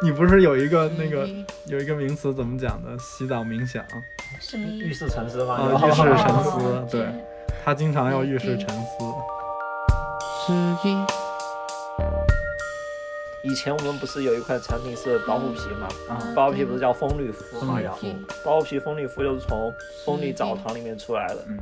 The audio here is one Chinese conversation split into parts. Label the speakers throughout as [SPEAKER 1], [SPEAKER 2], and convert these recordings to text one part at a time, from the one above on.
[SPEAKER 1] 你不是有一个那个有一个名词怎么讲的？洗澡冥想
[SPEAKER 2] 什么意
[SPEAKER 3] 浴
[SPEAKER 2] 思？
[SPEAKER 3] 室沉思
[SPEAKER 1] 啊，
[SPEAKER 3] 吗？
[SPEAKER 1] 浴室沉
[SPEAKER 2] 哦
[SPEAKER 1] 思，对他经常要浴室沉思。
[SPEAKER 3] 以前我们不是有一款产品是保护皮吗？
[SPEAKER 1] 啊
[SPEAKER 3] 包皮不是叫风绿肤吗？
[SPEAKER 1] 嗯
[SPEAKER 3] 然后包皮风绿肤就是从风力澡堂里面出来的。
[SPEAKER 1] 嗯，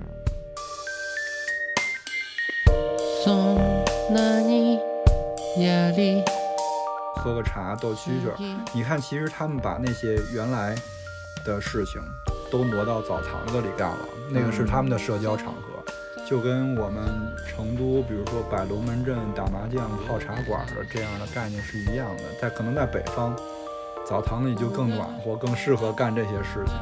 [SPEAKER 4] 喝个茶、斗蛐蛐儿。你看，其实他们把那些原来的事情都挪到澡堂子里干了，
[SPEAKER 1] 嗯
[SPEAKER 4] 那个是他们的社交场合，就跟我们成都，比如说摆龙门阵、打麻将、泡茶馆的这样的概念是一样的。在可能在北方，澡堂里就更暖和，更适合干这些事情。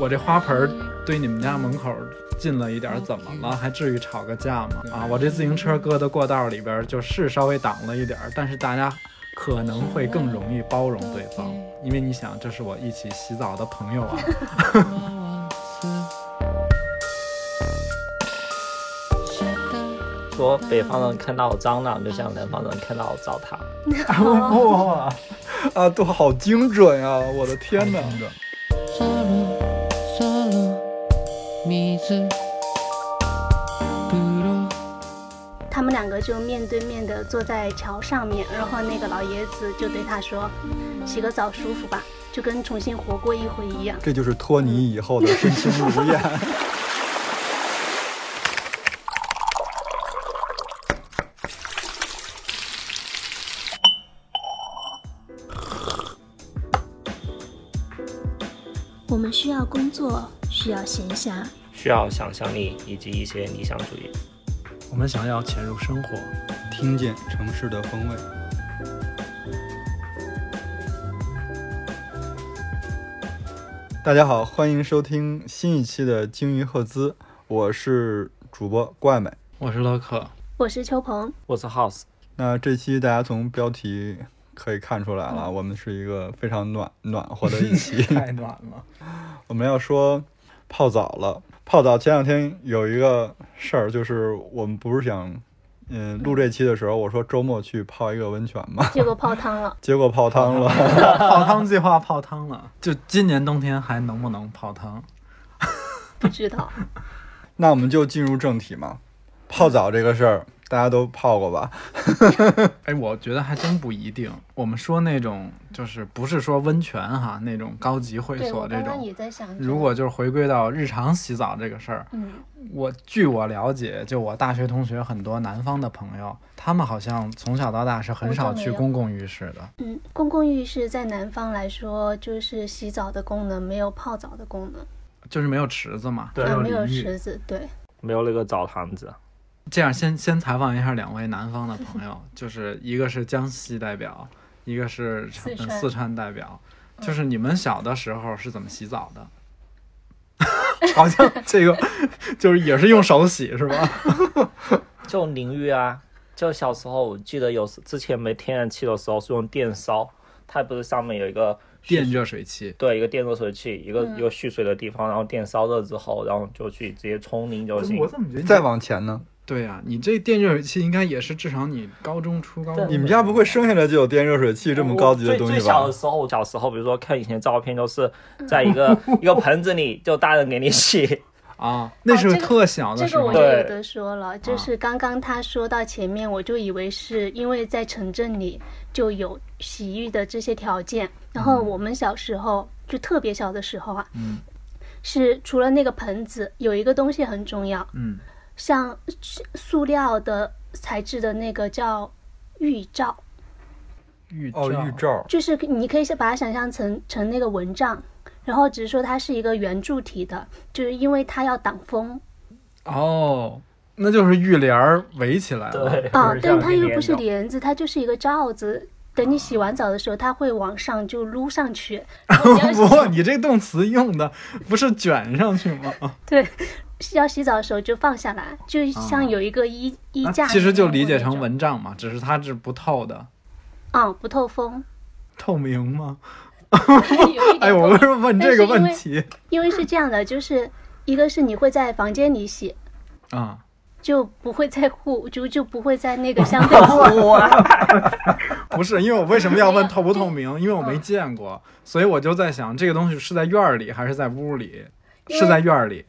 [SPEAKER 1] 我这花盆儿对你们家门口近了一点儿，怎么了？还至于吵个架吗？啊，我这自行车搁到过道里边儿，就是稍微挡了一点儿，但是大家可能会更容易包容对方，因为你想，这是我一起洗澡的朋友啊。
[SPEAKER 3] 说北方人看到蟑螂就像南方人看到澡堂。
[SPEAKER 4] 哇，啊，都好精准啊！我的天哪！
[SPEAKER 5] 他们两个就面对面的坐在桥上面，然后那个老爷子就对他说：“
[SPEAKER 2] 嗯
[SPEAKER 5] 洗个澡舒服吧，就跟重新活过一回一样。
[SPEAKER 4] 这就是托尼以后的身轻如燕。
[SPEAKER 6] 我们需要工作，需要闲暇，
[SPEAKER 3] 需要想象力以及一些理想主义。
[SPEAKER 1] 我们想要潜入生活，
[SPEAKER 4] 听见城市的风味。大家好，欢迎收听新一期的《鲸鱼赫兹》，我是主播怪美。
[SPEAKER 1] 我是乐克。”
[SPEAKER 5] 我是秋鹏，
[SPEAKER 3] 我是 House，
[SPEAKER 4] 那这期大家从标题可以看出来了，
[SPEAKER 1] 嗯
[SPEAKER 4] 我们是一个非常暖暖和的 一期。
[SPEAKER 1] 太暖了。
[SPEAKER 4] 我们要说泡澡了。泡澡前两天有一个事儿，就是我们不是想，嗯，录这期的时候我说周末去泡一个温泉嘛，。
[SPEAKER 5] 结果泡 汤了
[SPEAKER 4] 结果泡汤了。
[SPEAKER 1] 泡汤计划泡汤了，就今年冬天还能不能泡汤？
[SPEAKER 5] 不知道，
[SPEAKER 4] 那我们就进入正题嘛。泡澡这个事儿，大家都泡过吧？
[SPEAKER 1] 哎，我觉得还真不一定。我们说那种就是不是说温泉哈，那种高级会
[SPEAKER 2] 对，
[SPEAKER 1] 所
[SPEAKER 2] 我
[SPEAKER 1] 这
[SPEAKER 2] 刚刚
[SPEAKER 1] 种。
[SPEAKER 2] 也在想，
[SPEAKER 1] 如果就是回归到日常洗澡这个事儿，
[SPEAKER 2] 嗯，
[SPEAKER 1] 我据我了解，就我大学同学很多南方的朋友，他们好像从小到大是很少去公共浴室的。
[SPEAKER 5] 嗯，公共浴室在南方来说就是洗澡的功能，没有泡澡的功能，
[SPEAKER 1] 就是没有池子嘛，
[SPEAKER 3] 对
[SPEAKER 5] 啊，没有
[SPEAKER 1] 淋浴
[SPEAKER 5] 池子，对，
[SPEAKER 3] 没有那个澡堂子。
[SPEAKER 1] 这样先先采访一下两位南方的朋 友，就是一个是江西代表，一个是
[SPEAKER 2] 四
[SPEAKER 1] 川呃
[SPEAKER 2] 川
[SPEAKER 1] 四川代表。
[SPEAKER 5] 嗯
[SPEAKER 1] 就是你们小的时候是怎么洗澡的？ 好像这个就是也是用手洗是 吧？
[SPEAKER 3] 就淋浴啊，就小时候我记得有时之前没天然气的时候是用电烧，它不是上面有一个
[SPEAKER 1] 电热水器，
[SPEAKER 3] 对一个电热水器，一个
[SPEAKER 5] 嗯
[SPEAKER 3] 有蓄水的地方，然后电烧热之后，然后就去直接冲淋就行。
[SPEAKER 1] 怎么觉
[SPEAKER 4] 再往前呢？
[SPEAKER 1] 对呀、你这电热水器应该也是至少你高中、初高中
[SPEAKER 3] 对
[SPEAKER 4] 你们家不会生下来就有电热水器这么高级的
[SPEAKER 3] 最
[SPEAKER 4] 东西
[SPEAKER 3] 最小
[SPEAKER 4] 吧
[SPEAKER 3] 的？时候，小时候比如说看以前照片，就是
[SPEAKER 5] 嗯
[SPEAKER 3] 在 一个一个盆子里，就大人给你洗。
[SPEAKER 1] 啊？那是特小的
[SPEAKER 5] 哦这
[SPEAKER 1] 时
[SPEAKER 5] 个
[SPEAKER 1] 候，啊
[SPEAKER 5] 我就有
[SPEAKER 3] 对
[SPEAKER 5] 的说了，就是刚刚他说到前面，我就以为是因为在城镇里就有洗浴的这些条件，然后我们小时候就特别小的时候啊，
[SPEAKER 1] 嗯
[SPEAKER 5] 是除了那个盆子，有一个东西很重要，
[SPEAKER 1] 嗯，
[SPEAKER 5] 像塑塑料的材质的那个叫浴罩，
[SPEAKER 1] 浴
[SPEAKER 4] 哦，浴罩。
[SPEAKER 5] 就是你可以先把它想象成成那个蚊帐。然后只是说它是一个圆柱体的，就是因为它要挡风，
[SPEAKER 1] 哦，那就是浴帘儿围起来了。
[SPEAKER 3] 对，
[SPEAKER 5] 啊，
[SPEAKER 3] 就
[SPEAKER 5] 但
[SPEAKER 3] 像
[SPEAKER 5] 它又
[SPEAKER 3] 一个
[SPEAKER 5] 不是
[SPEAKER 3] 帘子
[SPEAKER 5] 帘子，它就是一个罩子。等你洗完澡的时候，它会往上就撸上去。然后你要 洗
[SPEAKER 1] 不，你这动词用的不是卷上去吗？啊
[SPEAKER 5] 对，要洗澡的时候就放下来，就像有一个衣、衣
[SPEAKER 1] 那
[SPEAKER 5] 架。
[SPEAKER 1] 其实就理解成。蚊帐嘛，只是它是不透的，
[SPEAKER 5] 啊，不透风。
[SPEAKER 1] 透明吗？
[SPEAKER 5] 有一
[SPEAKER 1] 哎，
[SPEAKER 5] 点
[SPEAKER 1] 我为
[SPEAKER 5] 透明
[SPEAKER 1] 什么问这个问题？
[SPEAKER 5] 因为是这样的，就是一个是你会在房间里洗，
[SPEAKER 1] 啊、
[SPEAKER 5] 就不会在户就就不会在那个相对户
[SPEAKER 1] 啊不是，因为我为什么要问透不透明？因为我
[SPEAKER 5] 嗯
[SPEAKER 1] 没见过，所以我就在想，这个东西是在院儿里还是在屋里？是在院儿里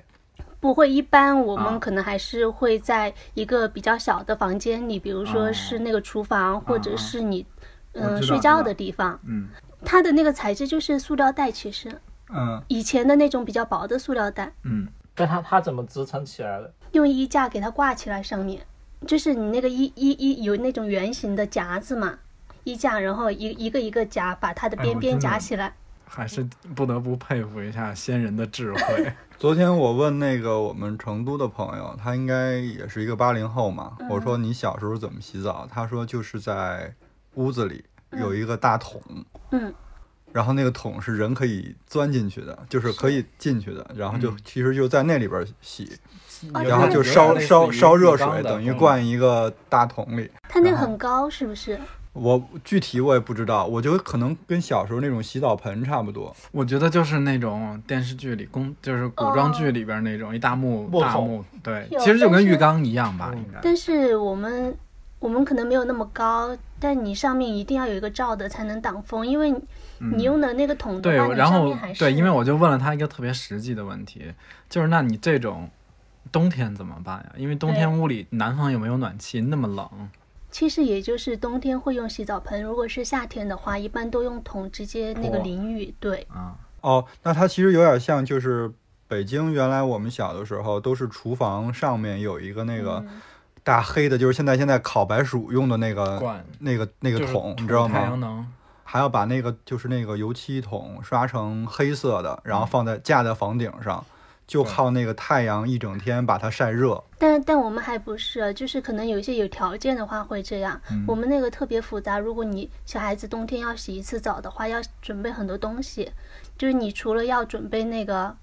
[SPEAKER 5] 不会。一般我
[SPEAKER 1] 啊
[SPEAKER 5] 们可能还是会在一个比较小的房间里，比如说是那个厨房，或者是你
[SPEAKER 4] 我知
[SPEAKER 5] 嗯、
[SPEAKER 4] 道
[SPEAKER 5] 呃、睡觉的地方。
[SPEAKER 1] 嗯，
[SPEAKER 5] 它的那个材质就是塑料袋，其实
[SPEAKER 4] 嗯，
[SPEAKER 5] 以前的那种比较薄的塑料袋，
[SPEAKER 1] 嗯
[SPEAKER 3] 但它它怎么支撑起来的？
[SPEAKER 5] 用衣架给它挂起来，上面就是你那个衣衣衣有那种圆形的夹子嘛，衣架，然后一一个一个夹，把它的
[SPEAKER 4] 哎
[SPEAKER 5] 边
[SPEAKER 4] 我
[SPEAKER 5] 边
[SPEAKER 4] 知道
[SPEAKER 5] 夹
[SPEAKER 4] 了
[SPEAKER 5] 起来。
[SPEAKER 1] 还是不得不佩服一下先人的智慧。
[SPEAKER 4] 昨天我问那个我们成都的朋友，他应该也是一个八零后嘛。
[SPEAKER 1] 嗯
[SPEAKER 4] 我说你小时候怎么洗澡？他说就是在屋子里有一个大桶，
[SPEAKER 1] 哎
[SPEAKER 5] 嗯，
[SPEAKER 4] 然后那个桶是人可以钻进去的，就是可以进去的，然后
[SPEAKER 1] 嗯
[SPEAKER 4] 就其实就在那里边洗，
[SPEAKER 5] 哦
[SPEAKER 4] 然后就
[SPEAKER 1] 啊有点
[SPEAKER 4] 烧
[SPEAKER 1] 类似于
[SPEAKER 4] 烧烧热
[SPEAKER 1] 浴缸
[SPEAKER 4] 水，
[SPEAKER 1] 的嗯
[SPEAKER 4] 等于
[SPEAKER 1] 功能
[SPEAKER 4] 灌一个大桶里。
[SPEAKER 5] 它那个
[SPEAKER 4] 然后
[SPEAKER 5] 很高，是不
[SPEAKER 1] 嗯
[SPEAKER 5] 是？
[SPEAKER 4] 我具体我也不知道，我觉得可能跟小时候那种洗澡盆差不多。
[SPEAKER 1] 我觉得就是那种电视剧里宫，就是古装剧里边那种一大幕
[SPEAKER 3] 木
[SPEAKER 1] 大
[SPEAKER 3] 桶
[SPEAKER 1] 幕，对，
[SPEAKER 5] 哦有
[SPEAKER 1] 其实就
[SPEAKER 5] 但
[SPEAKER 1] 跟
[SPEAKER 5] 是
[SPEAKER 1] 浴缸一样吧，
[SPEAKER 3] 嗯
[SPEAKER 1] 应该。
[SPEAKER 5] 但是我们我们可能没有那么高，但你上面一定要有一个罩的才能挡风，因为你你用的那个桶
[SPEAKER 1] 嗯对
[SPEAKER 5] 的话，，你
[SPEAKER 1] 然
[SPEAKER 5] 上
[SPEAKER 1] 后
[SPEAKER 5] 面还是
[SPEAKER 1] 对，因为我就问了他一个特别实际的问题，就是那你这种冬天怎么办呀？因为冬天
[SPEAKER 5] 对
[SPEAKER 1] 屋里南方有没有暖气？那么冷，
[SPEAKER 5] 其实也就是冬天会用洗澡盆，如果是夏天的话，一般都用桶直接那个
[SPEAKER 1] 嚯
[SPEAKER 5] 淋浴。对，
[SPEAKER 4] 哦，那它其实有点像就是北京原来我们小的时候都是厨房上面有一个那个大黑的，就是现在现在烤白薯用的那个
[SPEAKER 1] 灌
[SPEAKER 4] 那个那个
[SPEAKER 1] 就是
[SPEAKER 4] 桶，你知道
[SPEAKER 1] 太阳
[SPEAKER 4] 吗？
[SPEAKER 1] 能，
[SPEAKER 4] 还要把那个就是那个油漆桶刷成黑色的，然后放在架在房顶上，
[SPEAKER 1] 嗯
[SPEAKER 4] 就
[SPEAKER 1] 对
[SPEAKER 4] 靠那个太阳一整天把它晒热。
[SPEAKER 5] 但但我们还不是啊，就是可能有一些有条件的话会这样。
[SPEAKER 4] 嗯
[SPEAKER 5] 我们那个特别复杂，如果你小孩子冬天要洗一次澡的话，要准备很多东西，就是你除了要准备那个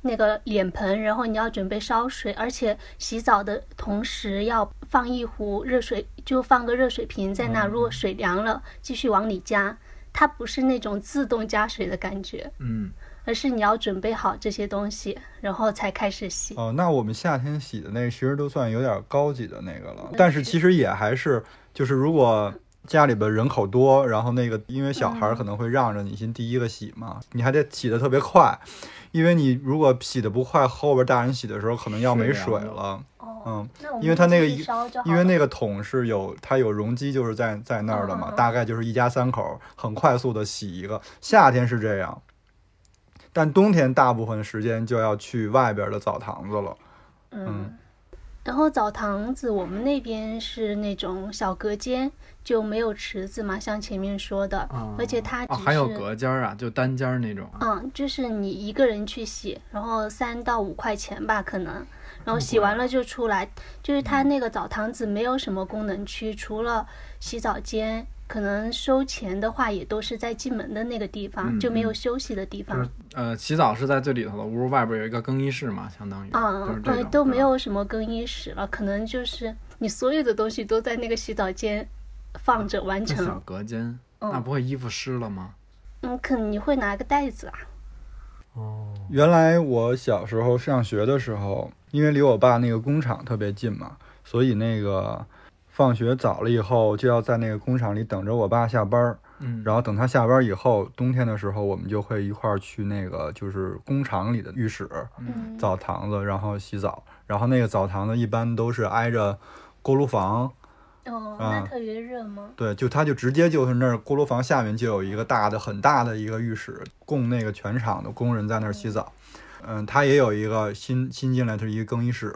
[SPEAKER 5] 那个脸盆，然后你要准备烧水，而且洗澡的同时要放一壶热水，就放个热水瓶在
[SPEAKER 4] 嗯
[SPEAKER 5] 那，如果水凉了，继续往里加。它不是那种自动加水的感觉，
[SPEAKER 1] 嗯，
[SPEAKER 5] 而是你要准备好这些东西，然后才开始洗。
[SPEAKER 4] 哦，那我们夏天洗的那个其实都算有点高级的那个
[SPEAKER 5] 嗯
[SPEAKER 4] 了，但是其实也还是就是如果家里边人口多，然后那个因为小孩
[SPEAKER 5] 嗯
[SPEAKER 4] 儿可能会让着你先第一个洗嘛，你还得洗的特别快，因为你如果洗的不快，后边大人洗的时候可能要没
[SPEAKER 1] 水
[SPEAKER 4] 水
[SPEAKER 1] 凉
[SPEAKER 4] 了。嗯，
[SPEAKER 5] 哦那我
[SPEAKER 4] 因为它那个一
[SPEAKER 5] 啊烧就好
[SPEAKER 4] 因为
[SPEAKER 5] 了
[SPEAKER 4] 那个桶是有它有容积，就是在在那儿的嘛，
[SPEAKER 5] 嗯嗯嗯
[SPEAKER 4] 大概就是一家三口儿很快速的洗一个。夏天是这样，但冬天大部分时间就要去外边的澡堂子了。
[SPEAKER 5] 嗯，然后澡堂子我们那边是那种小隔间，就没有池子嘛，像前面说的，
[SPEAKER 4] 啊
[SPEAKER 5] 而且它只
[SPEAKER 1] 哦，
[SPEAKER 5] 是、
[SPEAKER 1] 还有隔间儿啊，就单间儿那种啊。
[SPEAKER 5] 嗯，就是你一个人去洗，然后三到五块钱吧，可能，然后洗完了就出来。就是它那个澡堂子没有什么功能区，除了洗澡间，可能收钱的话也都是在进门的那个地方，
[SPEAKER 1] 嗯
[SPEAKER 5] 就没有
[SPEAKER 1] 嗯
[SPEAKER 5] 休息的地方。
[SPEAKER 1] 就是呃，洗澡是在最里头的屋，外边有一个更衣室嘛，相当于，就是
[SPEAKER 5] 嗯，
[SPEAKER 1] 这种
[SPEAKER 5] 呃
[SPEAKER 1] 啊对
[SPEAKER 5] 都没
[SPEAKER 1] 吧
[SPEAKER 5] 有什么更衣室了，可能就是你所有的东西都在那个洗澡间放着完
[SPEAKER 1] 那小
[SPEAKER 5] 成。
[SPEAKER 1] 隔间，
[SPEAKER 5] 嗯
[SPEAKER 1] 那不会衣服湿了吗？
[SPEAKER 5] 嗯，可能你会拿个袋子啊。
[SPEAKER 4] 原来我小时候上学的时候，因为离我爸那个工厂特别近嘛，所以那个放学早了以后就要在那个工厂里等着我爸下班儿。
[SPEAKER 1] 嗯，
[SPEAKER 4] 然后等他下班以后，冬天的时候我们就会一块儿去那个就是工厂里的浴室、
[SPEAKER 5] 嗯，
[SPEAKER 4] 澡堂子，然后洗澡。然后那个澡堂子一般都是挨着锅炉房，
[SPEAKER 5] 哦，
[SPEAKER 4] 啊
[SPEAKER 5] 那特别热吗？
[SPEAKER 4] 对，就它就直接就是那儿锅炉房下面就有一个大的很大的一个浴室，供那个全厂的工人在那儿洗澡。嗯，它也有一个新新进来的一个更衣室，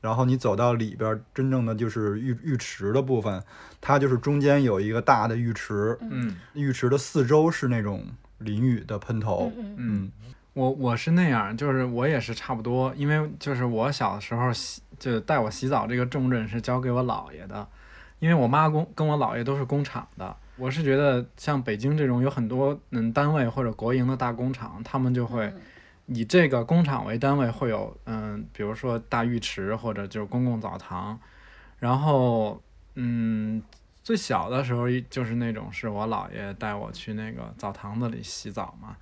[SPEAKER 4] 然后你走到里边儿真正的就是浴浴池的部分，它就是中间有一个大的浴池，
[SPEAKER 1] 嗯，
[SPEAKER 4] 浴池的四周是那种淋浴的喷
[SPEAKER 1] 哦
[SPEAKER 4] 头。
[SPEAKER 5] 嗯嗯，
[SPEAKER 4] 嗯
[SPEAKER 1] 我我是那样，就是我也是差不多，因为就是我小的时候洗，就带我洗澡这个重任是交给我姥爷的，因为我妈工跟我姥爷都是工厂的。我是觉得像北京这种有很多嗯单位或者国营的大工厂，他们就会以这个工厂为单位，会有嗯，比如说大浴池或者就是公共澡堂，然后嗯，最小的时候就是那种是我姥爷带我去那个澡堂子里洗澡嘛，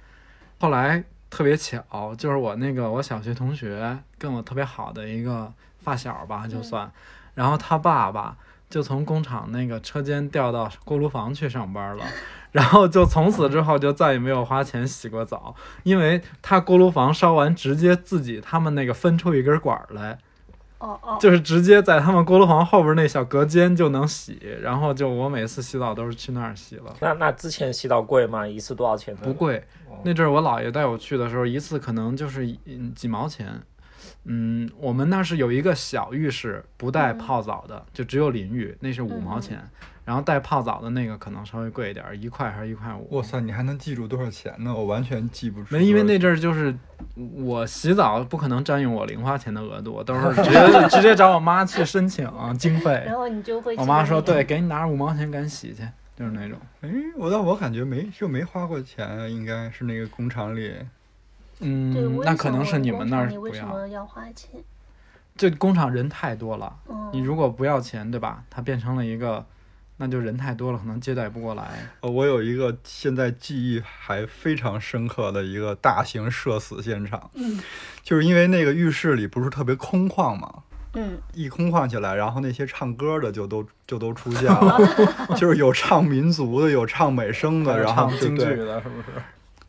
[SPEAKER 1] 后来。特别巧，就是我那个我小学同学跟我特别好的一个发小吧，就算，然后他爸爸就从工厂那个车间调到锅炉房去上班了。然后就从此之后就再也没有花钱洗过澡，因为他锅炉房烧完直接自己他们那个分出一根管儿来，
[SPEAKER 5] 哦哦，
[SPEAKER 1] 就是直接在他们锅炉房后边那小隔间就能洗，然后就我每次洗澡都是去那儿洗了，
[SPEAKER 3] 那那之前洗澡贵吗？一次多少钱呢？
[SPEAKER 1] 不贵。
[SPEAKER 4] 哦
[SPEAKER 1] 那阵儿我姥爷带我去的时候，一次可能就是一嗯几毛钱。嗯，我们那是有一个小浴室，不带
[SPEAKER 5] 嗯
[SPEAKER 1] 泡澡的，就只有淋浴，那是五毛钱。然后带泡澡的那个可能稍微贵一点儿，一块还是一块五。
[SPEAKER 4] 哇塞，你还能记住多少钱呢？我完全记不住多少
[SPEAKER 1] 没，
[SPEAKER 4] 钱。
[SPEAKER 1] 因为那阵儿就是我洗澡不可能占用我零花钱的额度，我都 是直接直接找我妈去申请经费
[SPEAKER 5] 然。后你就会
[SPEAKER 1] 我
[SPEAKER 5] 去
[SPEAKER 1] 妈
[SPEAKER 5] 那
[SPEAKER 1] 说：“
[SPEAKER 5] 里
[SPEAKER 1] 对，给你拿着五毛钱赶紧洗去。”就是那种，
[SPEAKER 4] 哎，我但我感觉没就没花过钱啊，应该是那个工厂里。
[SPEAKER 5] 对，
[SPEAKER 1] 嗯
[SPEAKER 5] 我，也
[SPEAKER 1] 那
[SPEAKER 5] 想
[SPEAKER 1] 可能
[SPEAKER 5] 问
[SPEAKER 1] 是你们
[SPEAKER 5] 工
[SPEAKER 1] 那
[SPEAKER 5] 厂
[SPEAKER 1] 儿
[SPEAKER 5] 你为
[SPEAKER 1] 不
[SPEAKER 5] 什
[SPEAKER 1] 要。
[SPEAKER 5] 么要花钱？
[SPEAKER 1] 就工厂人太多了，你
[SPEAKER 5] 嗯，
[SPEAKER 1] 如果不要钱，对吧？它变成了一个，那就人太多了，可能接待不过 来。
[SPEAKER 4] 呃，我有一个现在记忆还非常深刻的一个大型社死现场，
[SPEAKER 5] 嗯
[SPEAKER 4] 就是因为那个浴室里不是特别空旷嘛，
[SPEAKER 5] 嗯，
[SPEAKER 4] 一空旷起来，然后那些唱歌的就都就都出现了，就是有唱民族的，有唱美声的，然后
[SPEAKER 1] 唱
[SPEAKER 4] 就
[SPEAKER 1] 京剧
[SPEAKER 4] 对，
[SPEAKER 1] 的，是不是？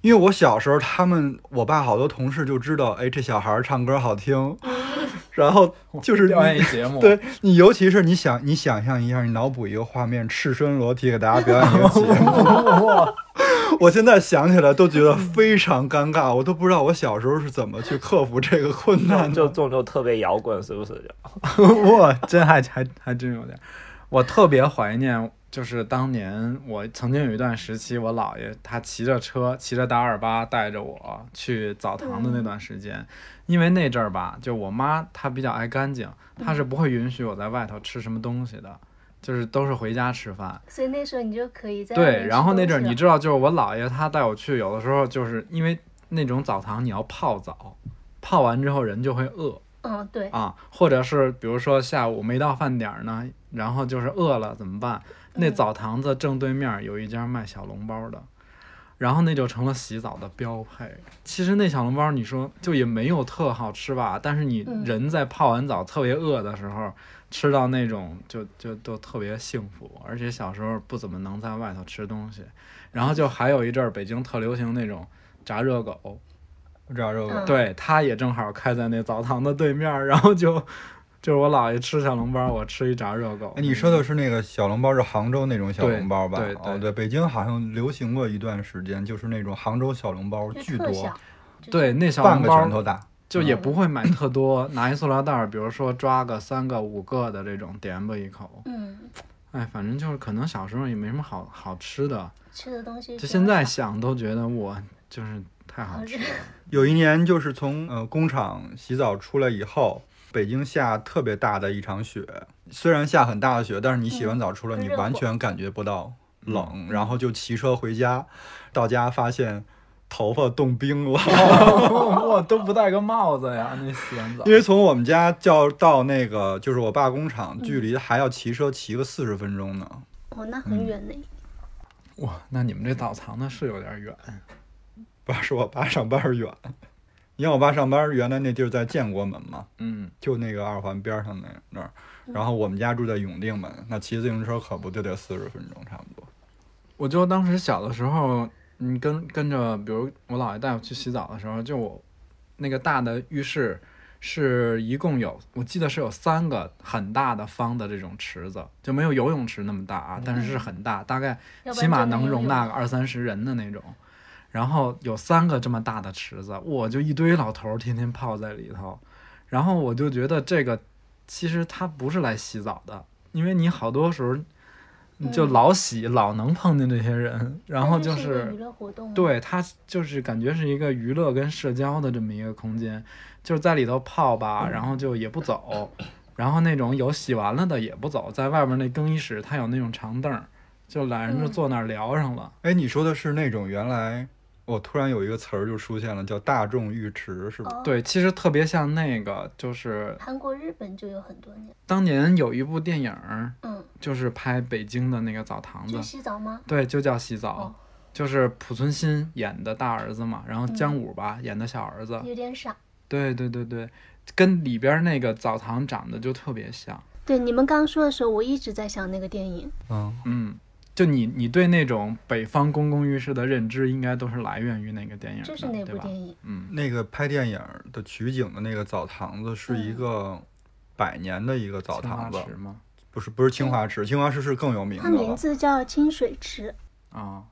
[SPEAKER 4] 因为我小时候他们我爸好多同事就知道，哎，这小孩儿唱歌好听，然后就是
[SPEAKER 1] 表
[SPEAKER 4] 你
[SPEAKER 1] 演一节目，
[SPEAKER 4] 对你，尤其是你想，你想象一下，你脑补一个画面，赤身裸体给大家表演一个节
[SPEAKER 1] 哦
[SPEAKER 4] 目。我现在想起来都觉得非常尴尬，我都不知道我小时候是怎么去克服这个困
[SPEAKER 3] 那
[SPEAKER 4] 难
[SPEAKER 3] 就
[SPEAKER 4] 的。
[SPEAKER 3] 这种就特别摇滚，是不是？
[SPEAKER 1] 我哦真还还还真有点儿，我特别怀念，就是当年我曾经有一段时期，我姥爷他骑着车，骑着大二八带着我去澡堂的那段时间，因为那阵儿吧，就我妈她比较爱干净，她是不会允许我在外头吃什么东西的，就是都是回家吃饭。
[SPEAKER 5] 所以那时候你就可以在外面
[SPEAKER 1] 对，
[SPEAKER 5] 吃
[SPEAKER 1] 然后那
[SPEAKER 5] 东
[SPEAKER 1] 阵儿
[SPEAKER 5] 西
[SPEAKER 1] 你
[SPEAKER 5] 了
[SPEAKER 1] 知道，就是我姥爷他带我去，有的时候就是因为那种澡堂你要泡澡，泡完之后人就会饿。
[SPEAKER 5] 嗯对，
[SPEAKER 1] 啊，或者是比如说下午没到饭点儿呢，然后就是饿了怎么办？
[SPEAKER 5] 嗯
[SPEAKER 1] 那澡堂子正对面有一家卖小笼包的，然后那就成了洗澡的标配。其实那小笼包你说就也没有特好吃吧，但是你
[SPEAKER 5] 嗯
[SPEAKER 1] 人在泡完澡特别饿的时候，吃到那种就就都特别幸福。而且小时候不怎么能在外头吃东西，然后就还有一阵儿北京特流行那种炸热狗，
[SPEAKER 4] 我知道这个
[SPEAKER 5] 嗯
[SPEAKER 1] 对，他也正好开在那澡堂的对面儿，然后就就是我姥爷吃小笼包，我吃一炸热狗。
[SPEAKER 4] 哎你说的是那个小笼包，是杭州那种小笼包吧？
[SPEAKER 1] 对对
[SPEAKER 4] 哦，对，北京好像流行过一段时间，就是那种杭州小笼包，
[SPEAKER 5] 就
[SPEAKER 4] 巨
[SPEAKER 5] 特
[SPEAKER 4] 多
[SPEAKER 5] 小，，就是
[SPEAKER 1] 对，那小
[SPEAKER 4] 半
[SPEAKER 1] 笼
[SPEAKER 4] 个拳
[SPEAKER 1] 包
[SPEAKER 4] 头大。
[SPEAKER 1] 就也不会买特多，拿一塑料袋儿，比如说抓个三个五个的这种，点吧一口。
[SPEAKER 5] 嗯，
[SPEAKER 1] 哎，反正就是可能小时候也没什么好好吃的，
[SPEAKER 5] 吃的东西比
[SPEAKER 1] 就
[SPEAKER 5] 较
[SPEAKER 1] 现在
[SPEAKER 5] 少
[SPEAKER 1] 想都觉得我就是太
[SPEAKER 5] 啊
[SPEAKER 1] 好吃了。
[SPEAKER 4] 有一年就是从呃工厂洗澡出来以后，北京下特别大的一场雪，虽然下很大的雪，但是你洗完澡出来，
[SPEAKER 5] 嗯
[SPEAKER 4] 你
[SPEAKER 5] 热乎
[SPEAKER 4] 完全感觉不到冷，然后就骑车回家，到家发现头发冻冰了，
[SPEAKER 1] 我都不戴个帽子呀，那洗完澡
[SPEAKER 4] 因为从我们家叫到那个就是我爸工厂，距离还要骑车骑个四十分钟呢。
[SPEAKER 5] 哦，
[SPEAKER 1] 嗯
[SPEAKER 5] 那很远呢。
[SPEAKER 1] 哇，那你们这澡堂子是有点远。
[SPEAKER 4] 不是我爸上班儿远，因为我爸上班儿原来那地儿在建国门嘛，
[SPEAKER 1] 嗯，
[SPEAKER 4] 就那个二环边儿上那那儿，
[SPEAKER 5] 嗯
[SPEAKER 4] 然后我们家住在永定门，那骑自行车可不就得四十分钟差不多。
[SPEAKER 1] 我就当时小的时候，你跟跟着，比如我姥爷带我去洗澡的时候，就我那个大的浴室是一共有，我记得是有三个很大的方的这种池子，就没有游泳池那么大啊，但是是很大，大概
[SPEAKER 5] 要不
[SPEAKER 1] 起
[SPEAKER 5] 然
[SPEAKER 1] 码
[SPEAKER 5] 就
[SPEAKER 1] 能
[SPEAKER 5] 游
[SPEAKER 1] 容
[SPEAKER 5] 泳
[SPEAKER 1] 纳个二三十人的那种。然后有三个这么大的池子，我就一堆老头儿天天泡在里头，然后我就觉得这个其实他不是来洗澡的，因为你好多时候你就
[SPEAKER 5] 嗯
[SPEAKER 1] 老洗，老能碰见这些人，然后
[SPEAKER 5] 那
[SPEAKER 1] 就
[SPEAKER 5] 这一个
[SPEAKER 1] 是
[SPEAKER 5] 娱乐活动，，
[SPEAKER 1] 对它就是感觉是一个娱乐跟社交的这么一个空间，就是在里头泡吧，然后就也不走，然后那种有洗完了的也不走，在外面那更衣室它有那种长凳儿，就懒人就
[SPEAKER 5] 嗯
[SPEAKER 1] 坐那儿聊上了。
[SPEAKER 4] 哎，你说的是那种原来我突然有一个词儿就出现了，叫大众浴池，是吧？
[SPEAKER 5] 哦，
[SPEAKER 1] 对，其实特别像那个，就是
[SPEAKER 5] 韩国、日本就有很多年，
[SPEAKER 1] 当年有一部电影儿，
[SPEAKER 5] 嗯，
[SPEAKER 1] 就是拍北京的那个澡堂子
[SPEAKER 5] 就，洗澡吗？
[SPEAKER 1] 对，就叫洗澡，
[SPEAKER 5] 哦
[SPEAKER 1] 就是濮存昕演的大儿子嘛，然后姜武吧、演的小儿子，
[SPEAKER 5] 有点傻。
[SPEAKER 1] 对对对对，跟里边那个澡堂长得就特别像。
[SPEAKER 5] 对，你们刚说的时候，我一直在想那个电影。
[SPEAKER 4] 嗯，
[SPEAKER 1] 嗯，就你你对那种北方公共浴室的认知，应该都是来源于那个电影的，
[SPEAKER 5] 就是那部电
[SPEAKER 1] 对吧？
[SPEAKER 5] 影，
[SPEAKER 1] 嗯，
[SPEAKER 4] 那个拍电影的取景的那个澡堂子是
[SPEAKER 5] 嗯
[SPEAKER 4] 一个百年的一个澡
[SPEAKER 1] 青花
[SPEAKER 4] 堂子，
[SPEAKER 1] 瓷吗？
[SPEAKER 4] 不是不是清华池，清华池是更有名
[SPEAKER 5] 嗯它
[SPEAKER 4] 的
[SPEAKER 5] 名
[SPEAKER 4] 了。
[SPEAKER 5] 字叫清水池，
[SPEAKER 1] 啊，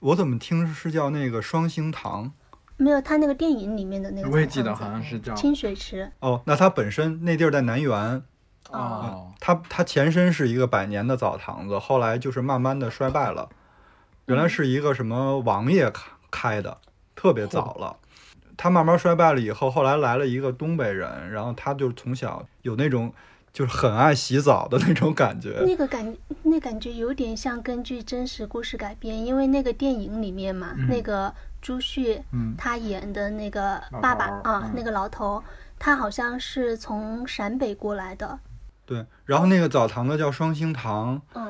[SPEAKER 4] 我怎么听是叫那个双星堂？
[SPEAKER 5] 没有它那个电影里面的那个。
[SPEAKER 1] 我也记得好像是叫
[SPEAKER 5] 清水池，
[SPEAKER 4] 哦，那它本身那地儿在南园，
[SPEAKER 1] 哦，
[SPEAKER 4] 它它前身是一个百年的澡堂子，后来就是慢慢的衰败了。原来是一个什么王爷开开的，特别早了。它慢慢衰败了以后，后来来了一个东北人，然后他就从小有那种就是很爱洗澡的那种感觉。
[SPEAKER 5] 那个感那感觉有点像根据真实故事改编，因为那个电影里面嘛，那个朱旭
[SPEAKER 1] 嗯
[SPEAKER 5] 他演的那个
[SPEAKER 1] 老
[SPEAKER 5] 爸爸
[SPEAKER 1] 头儿
[SPEAKER 5] 啊、
[SPEAKER 1] 嗯
[SPEAKER 5] 那个老头，他好像是从陕北过来的，
[SPEAKER 4] 对，然后那个澡堂子叫双星堂，
[SPEAKER 5] 嗯，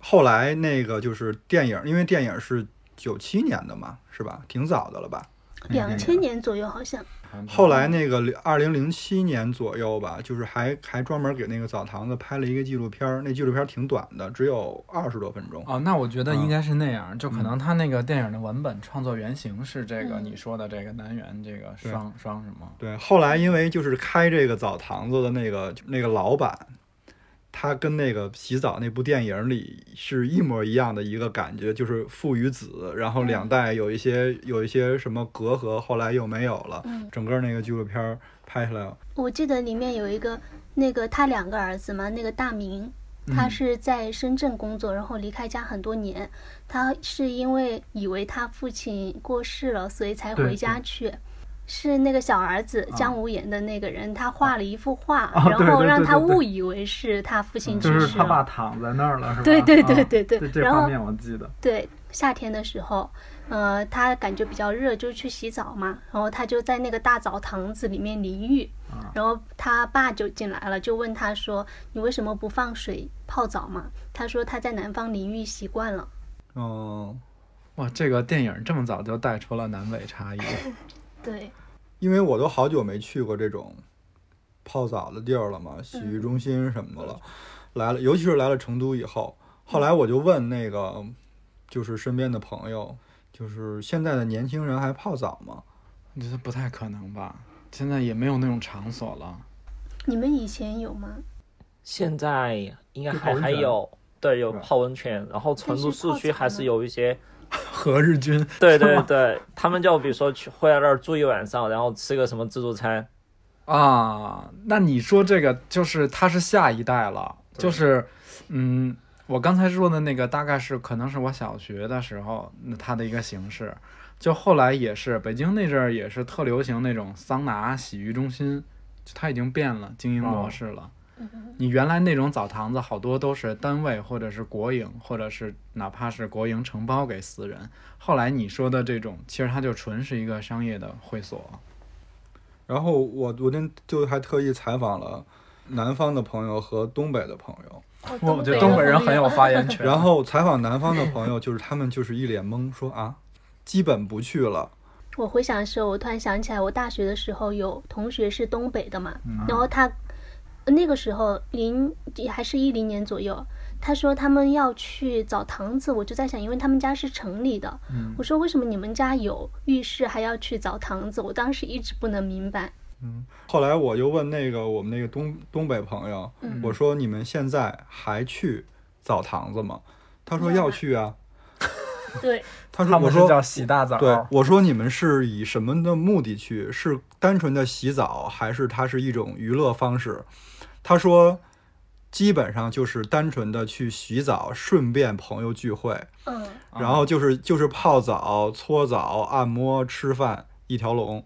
[SPEAKER 4] 后来那个就是电影，因为电影是九七年的嘛，是吧？挺早的了吧？
[SPEAKER 5] 两千年左右好像。
[SPEAKER 4] 后来那个二零零七年左右吧，就是还还专门给那个澡堂子拍了一个纪录片儿，那纪录片儿挺短的，只有二十多分钟。
[SPEAKER 1] 哦，那我觉得应该是那样，就可能他那个电影的文本创作原型是这个
[SPEAKER 5] 嗯
[SPEAKER 1] 你说的这个南园这个
[SPEAKER 4] 对
[SPEAKER 1] 双双什么？
[SPEAKER 4] 对，后来因为就是开这个澡堂子的那个那个老板，他跟那个洗澡那部电影里是一模一样的一个感觉，就是父与子，然后两代有一些有一些什么隔阂，后来又没有了。
[SPEAKER 5] 嗯
[SPEAKER 4] 整个那个纪录片儿拍下来，
[SPEAKER 5] 我记得里面有一个那个他两个儿子嘛，那个大明，
[SPEAKER 1] 嗯
[SPEAKER 5] 他是在深圳工作，然后离开家很多年，他是因为以为他父亲过世了，所以才
[SPEAKER 1] 对
[SPEAKER 5] 回家去。是那个小儿子姜武演的那个人，他画了一幅画，
[SPEAKER 1] 啊对
[SPEAKER 5] 然后
[SPEAKER 1] 对
[SPEAKER 5] 让
[SPEAKER 1] 对
[SPEAKER 5] 他
[SPEAKER 1] 对对
[SPEAKER 5] 误以为是他父亲去
[SPEAKER 1] 就是
[SPEAKER 5] 世
[SPEAKER 1] 他爸
[SPEAKER 5] 了。
[SPEAKER 1] 躺在那儿了，是吧？
[SPEAKER 5] 对对对
[SPEAKER 1] 啊
[SPEAKER 5] 对对
[SPEAKER 1] 这这
[SPEAKER 5] 然后
[SPEAKER 1] 方面我记得。
[SPEAKER 5] 对，夏天的时候，呃，他感觉比较热，就去洗澡嘛，然后他就在那个大澡堂子里面淋浴，然后他爸就进来了，就问他说：“你为什么不放水泡澡嘛？”他说他在南方淋浴习惯了。
[SPEAKER 4] 嗯。
[SPEAKER 1] 哇，这个电影这么早就带出了南北差异，
[SPEAKER 5] 对，
[SPEAKER 4] 因为我都好久没去过这种泡澡的地儿了嘛，洗浴中心什么的了。来了，尤其是来了成都以后，后来我就问那个，就是身边的朋友，就是现在的年轻人还泡澡吗？
[SPEAKER 1] 我觉得不太可能吧？现在也没有那种场所了。
[SPEAKER 5] 你们以前有吗？
[SPEAKER 3] 现在应该
[SPEAKER 4] 就泡
[SPEAKER 3] 还
[SPEAKER 4] 温
[SPEAKER 3] 还
[SPEAKER 4] 泉啊
[SPEAKER 3] 有，对，有
[SPEAKER 4] 是吧
[SPEAKER 3] 泡温泉，然后成
[SPEAKER 5] 但
[SPEAKER 3] 都
[SPEAKER 5] 是
[SPEAKER 3] 市
[SPEAKER 5] 泡
[SPEAKER 3] 区
[SPEAKER 5] 澡
[SPEAKER 3] 还是
[SPEAKER 5] 呢
[SPEAKER 3] 有一些，
[SPEAKER 1] 何日君
[SPEAKER 3] 对对对，他们就比如说去会在那儿住一晚上，然后吃个什么自助餐，
[SPEAKER 1] 啊，那你说这个就是他是下一代了，就是嗯，我刚才说的那个大概是可能是我小学的时候那它的一个形式，就后来也是北京那阵儿也是特流行那种桑拿洗浴中心，就它已经变了经营模
[SPEAKER 3] 哦
[SPEAKER 1] 式了。你原来那种澡堂子，好多都是单位或者是国营，或者是哪怕是国营承包给私人。后来你说的这种，其实它就纯是一个商业的会所。
[SPEAKER 4] 然后我昨天就还特意采访了南方的朋友和东北的朋友，
[SPEAKER 1] 我我觉得东北人很
[SPEAKER 3] 啊
[SPEAKER 1] 有发 言权。
[SPEAKER 4] 然后采访南方的朋友，就是他们就是一脸懵，说啊，基本不去了。
[SPEAKER 5] 我回想的时候，我突然想起来，我大学的时候有同学是东北的嘛，然后他那个时候零还是一零年左右，他说他们要去澡堂子，我就在想，因为他们家是城里的，我说为什么你们家有浴室还要去澡堂子？我当时一直不能明白。
[SPEAKER 4] 后来我就问那个我们那个东东北朋友，
[SPEAKER 1] 嗯
[SPEAKER 4] 我说你们现在还去澡堂子吗？他说要去啊。
[SPEAKER 5] 对，
[SPEAKER 4] 他说
[SPEAKER 1] 他
[SPEAKER 4] 我
[SPEAKER 1] 们是叫哦
[SPEAKER 4] 说
[SPEAKER 1] 洗大澡，
[SPEAKER 4] 对，我说你们是以什么的目的去？是单纯的洗澡，还是它是一种娱乐方式？他说基本上就是单纯的去洗澡，顺便朋友聚会，
[SPEAKER 5] 嗯，
[SPEAKER 1] 哦
[SPEAKER 4] 然后就是就是泡澡、搓澡、按摩、吃饭一条龙。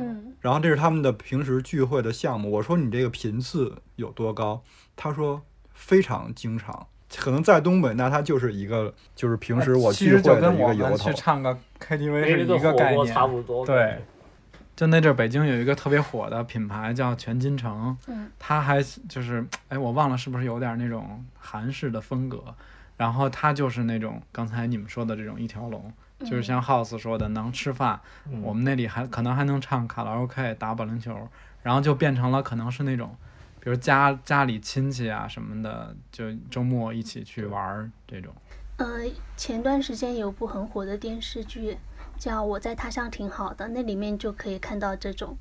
[SPEAKER 5] 嗯，
[SPEAKER 4] 然后这是他们的平时聚会的项目。我说你这个频次有多高？他说非常经常，可能在东北，那它就是一个就是平时我
[SPEAKER 1] 呃其
[SPEAKER 4] 聚
[SPEAKER 1] 实
[SPEAKER 4] 会
[SPEAKER 1] 就
[SPEAKER 4] 的
[SPEAKER 1] 跟
[SPEAKER 4] 一
[SPEAKER 1] 我
[SPEAKER 4] 个由
[SPEAKER 1] 们
[SPEAKER 4] 头
[SPEAKER 1] 去。唱个 KTV
[SPEAKER 3] 跟
[SPEAKER 1] 是
[SPEAKER 3] 一
[SPEAKER 1] 一
[SPEAKER 3] 个火
[SPEAKER 1] 个概
[SPEAKER 3] 锅差
[SPEAKER 1] 念。
[SPEAKER 3] 不多。
[SPEAKER 1] 对，就那阵儿北京有一个特别火的品牌叫全金城，
[SPEAKER 5] 嗯
[SPEAKER 1] 它还就是哎，我忘了是不是有点那种韩式的风格。然后它就是那种刚才你们说的这种一条龙，就是像 House 说的能吃饭，我们那里还可能还能唱卡拉 OK、打保龄球，然后就变成了可能是那种，比如家家里亲戚啊什么的，就周末一起去玩儿这种。
[SPEAKER 5] 呃，前段时间有部很火的电视剧叫《我在他乡挺好的》，那里面就可以看到这种。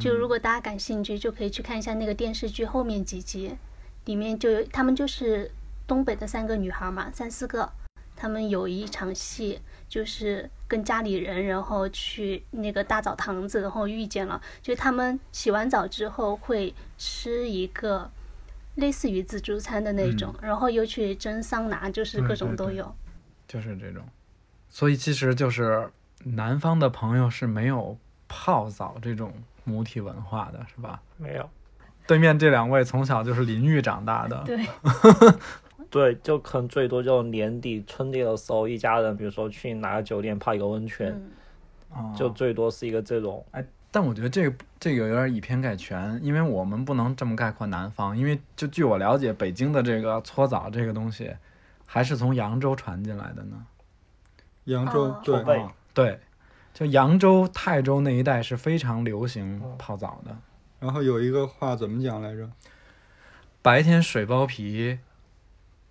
[SPEAKER 5] 就如果大家感兴趣，就可以去看一下那个电视剧后面几集，里面就有他们就是东北的三个女孩嘛，三四个，他们有一场戏就是跟家里人，然后去那个大澡堂子，然后遇见了，就他们洗完澡之后会吃一个类似于自助餐的那种，然后又去蒸桑拿，就是
[SPEAKER 1] 对嗯
[SPEAKER 5] 各
[SPEAKER 1] 对
[SPEAKER 5] 种都
[SPEAKER 1] 对
[SPEAKER 5] 有。
[SPEAKER 1] 就是这种，所以其实就是南方的朋友是没有泡澡这种母体文化的，是吧？
[SPEAKER 3] 没有。
[SPEAKER 1] 对面这两位从小就是淋浴长大的，
[SPEAKER 5] 对
[SPEAKER 3] 对，就可能最多就年底春节的时候，一家人比如说去哪个酒店泡一个温泉，
[SPEAKER 5] 嗯
[SPEAKER 1] 啊
[SPEAKER 3] 就最多是一个这种。
[SPEAKER 1] 但我觉得这个这个有点以偏概全，因为我们不能这么概括南方，因为就据我了解，北京的这个搓澡这个东西，还是从扬州传进来的呢。
[SPEAKER 4] 扬州、
[SPEAKER 5] 哦
[SPEAKER 4] 对
[SPEAKER 3] 后背
[SPEAKER 4] 啊
[SPEAKER 1] 对，就扬州、泰州那一带是非常流行泡澡的，
[SPEAKER 4] 然后有一个话怎么讲来着？
[SPEAKER 1] 白天水包皮，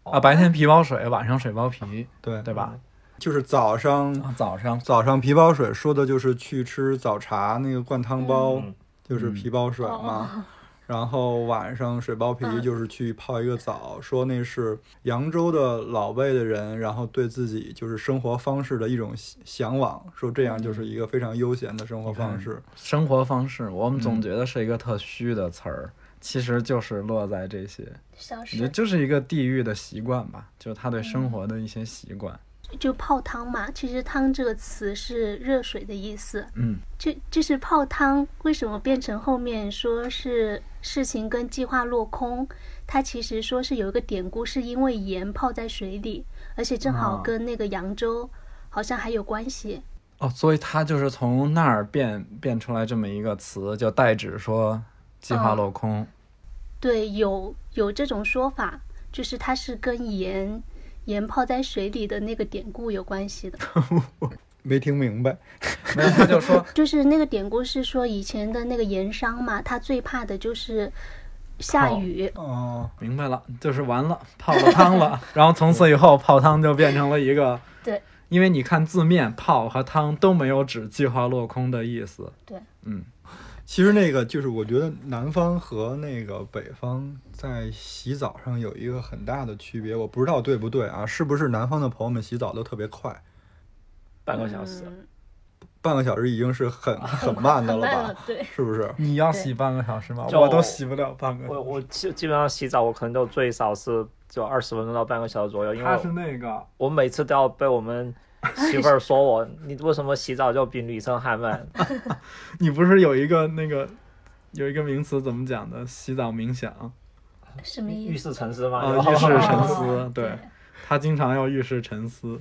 [SPEAKER 1] 啊，白天皮包水，晚上水包皮，
[SPEAKER 4] 对，
[SPEAKER 1] 对吧？
[SPEAKER 4] 就是早上
[SPEAKER 1] 啊早上
[SPEAKER 4] 早上皮包水说的就是去吃早茶那个灌汤包，
[SPEAKER 3] 嗯
[SPEAKER 4] 就是皮包水嘛。然后晚上水包皮就是去泡一个澡，说那是扬州的老辈的人，然后对自己就是生活方式的一种向向往，说这样就是一个非常悠闲的生活方式。
[SPEAKER 1] 生活方式，我们总觉得是一个特虚的词儿，其实就是落在这些，
[SPEAKER 5] 消
[SPEAKER 1] 我觉得
[SPEAKER 5] 失
[SPEAKER 1] 就是一个地域的习惯吧，就是他对生活的一些习惯。
[SPEAKER 5] 就泡汤嘛，其实“汤”这个词是热水的意思。
[SPEAKER 1] 嗯，
[SPEAKER 5] 就就是泡汤，为什么变成后面说是事情跟计划落空？它其实说是有一个典故，是因为盐泡在水里，而且正好
[SPEAKER 1] 啊
[SPEAKER 5] 跟那个扬州好像还有关系。
[SPEAKER 1] 哦，所以它就是从那儿变变出来这么一个词，就代指说计划落空。
[SPEAKER 5] 对，有有这种说法，就是它是跟盐盐泡在水里的那个典故有关系的。
[SPEAKER 4] 没听明白，
[SPEAKER 1] 没有，他就说
[SPEAKER 5] 就是那个典故是说以前的那个盐商嘛，他最怕的就是下
[SPEAKER 1] 泡
[SPEAKER 5] 雨，
[SPEAKER 4] 哦，
[SPEAKER 1] 明白了， 就是完了，泡了汤 了。然后从此以后，泡汤就变成了一个
[SPEAKER 5] 对，
[SPEAKER 1] 因为你看字面，泡和汤都没有指计划落空的意思。
[SPEAKER 4] 其实那个就是，我觉得南方和那个北方在洗澡上有一个很大的区别，我不知道对不对啊？是不是南方的朋友们洗澡都特别快，
[SPEAKER 3] 半个小时，
[SPEAKER 5] 嗯
[SPEAKER 4] 半个小时已经是很 很慢的了
[SPEAKER 5] 慢
[SPEAKER 4] 吧？
[SPEAKER 5] 对，
[SPEAKER 4] 是不是？
[SPEAKER 1] 你要洗半个小时吗？
[SPEAKER 3] 就
[SPEAKER 1] 我都洗不了半个小
[SPEAKER 3] 我
[SPEAKER 1] 时。
[SPEAKER 3] 我基基本上洗澡，我可能就最少是就二十分钟到半个小时左右，因
[SPEAKER 1] 他是
[SPEAKER 3] 为
[SPEAKER 1] 那个，
[SPEAKER 3] 我每次都要被我们媳妇儿说我，你为什么洗澡就比女生还 慢？
[SPEAKER 1] 你不是有一个那个有一个名词怎么讲的？洗澡冥想
[SPEAKER 5] 什么
[SPEAKER 3] 浴
[SPEAKER 5] 意思？
[SPEAKER 3] 室沉思嘛，
[SPEAKER 1] 啊，
[SPEAKER 3] 有
[SPEAKER 1] 浴室沉
[SPEAKER 5] 哦
[SPEAKER 1] 思，对。他经常要遇事沉思。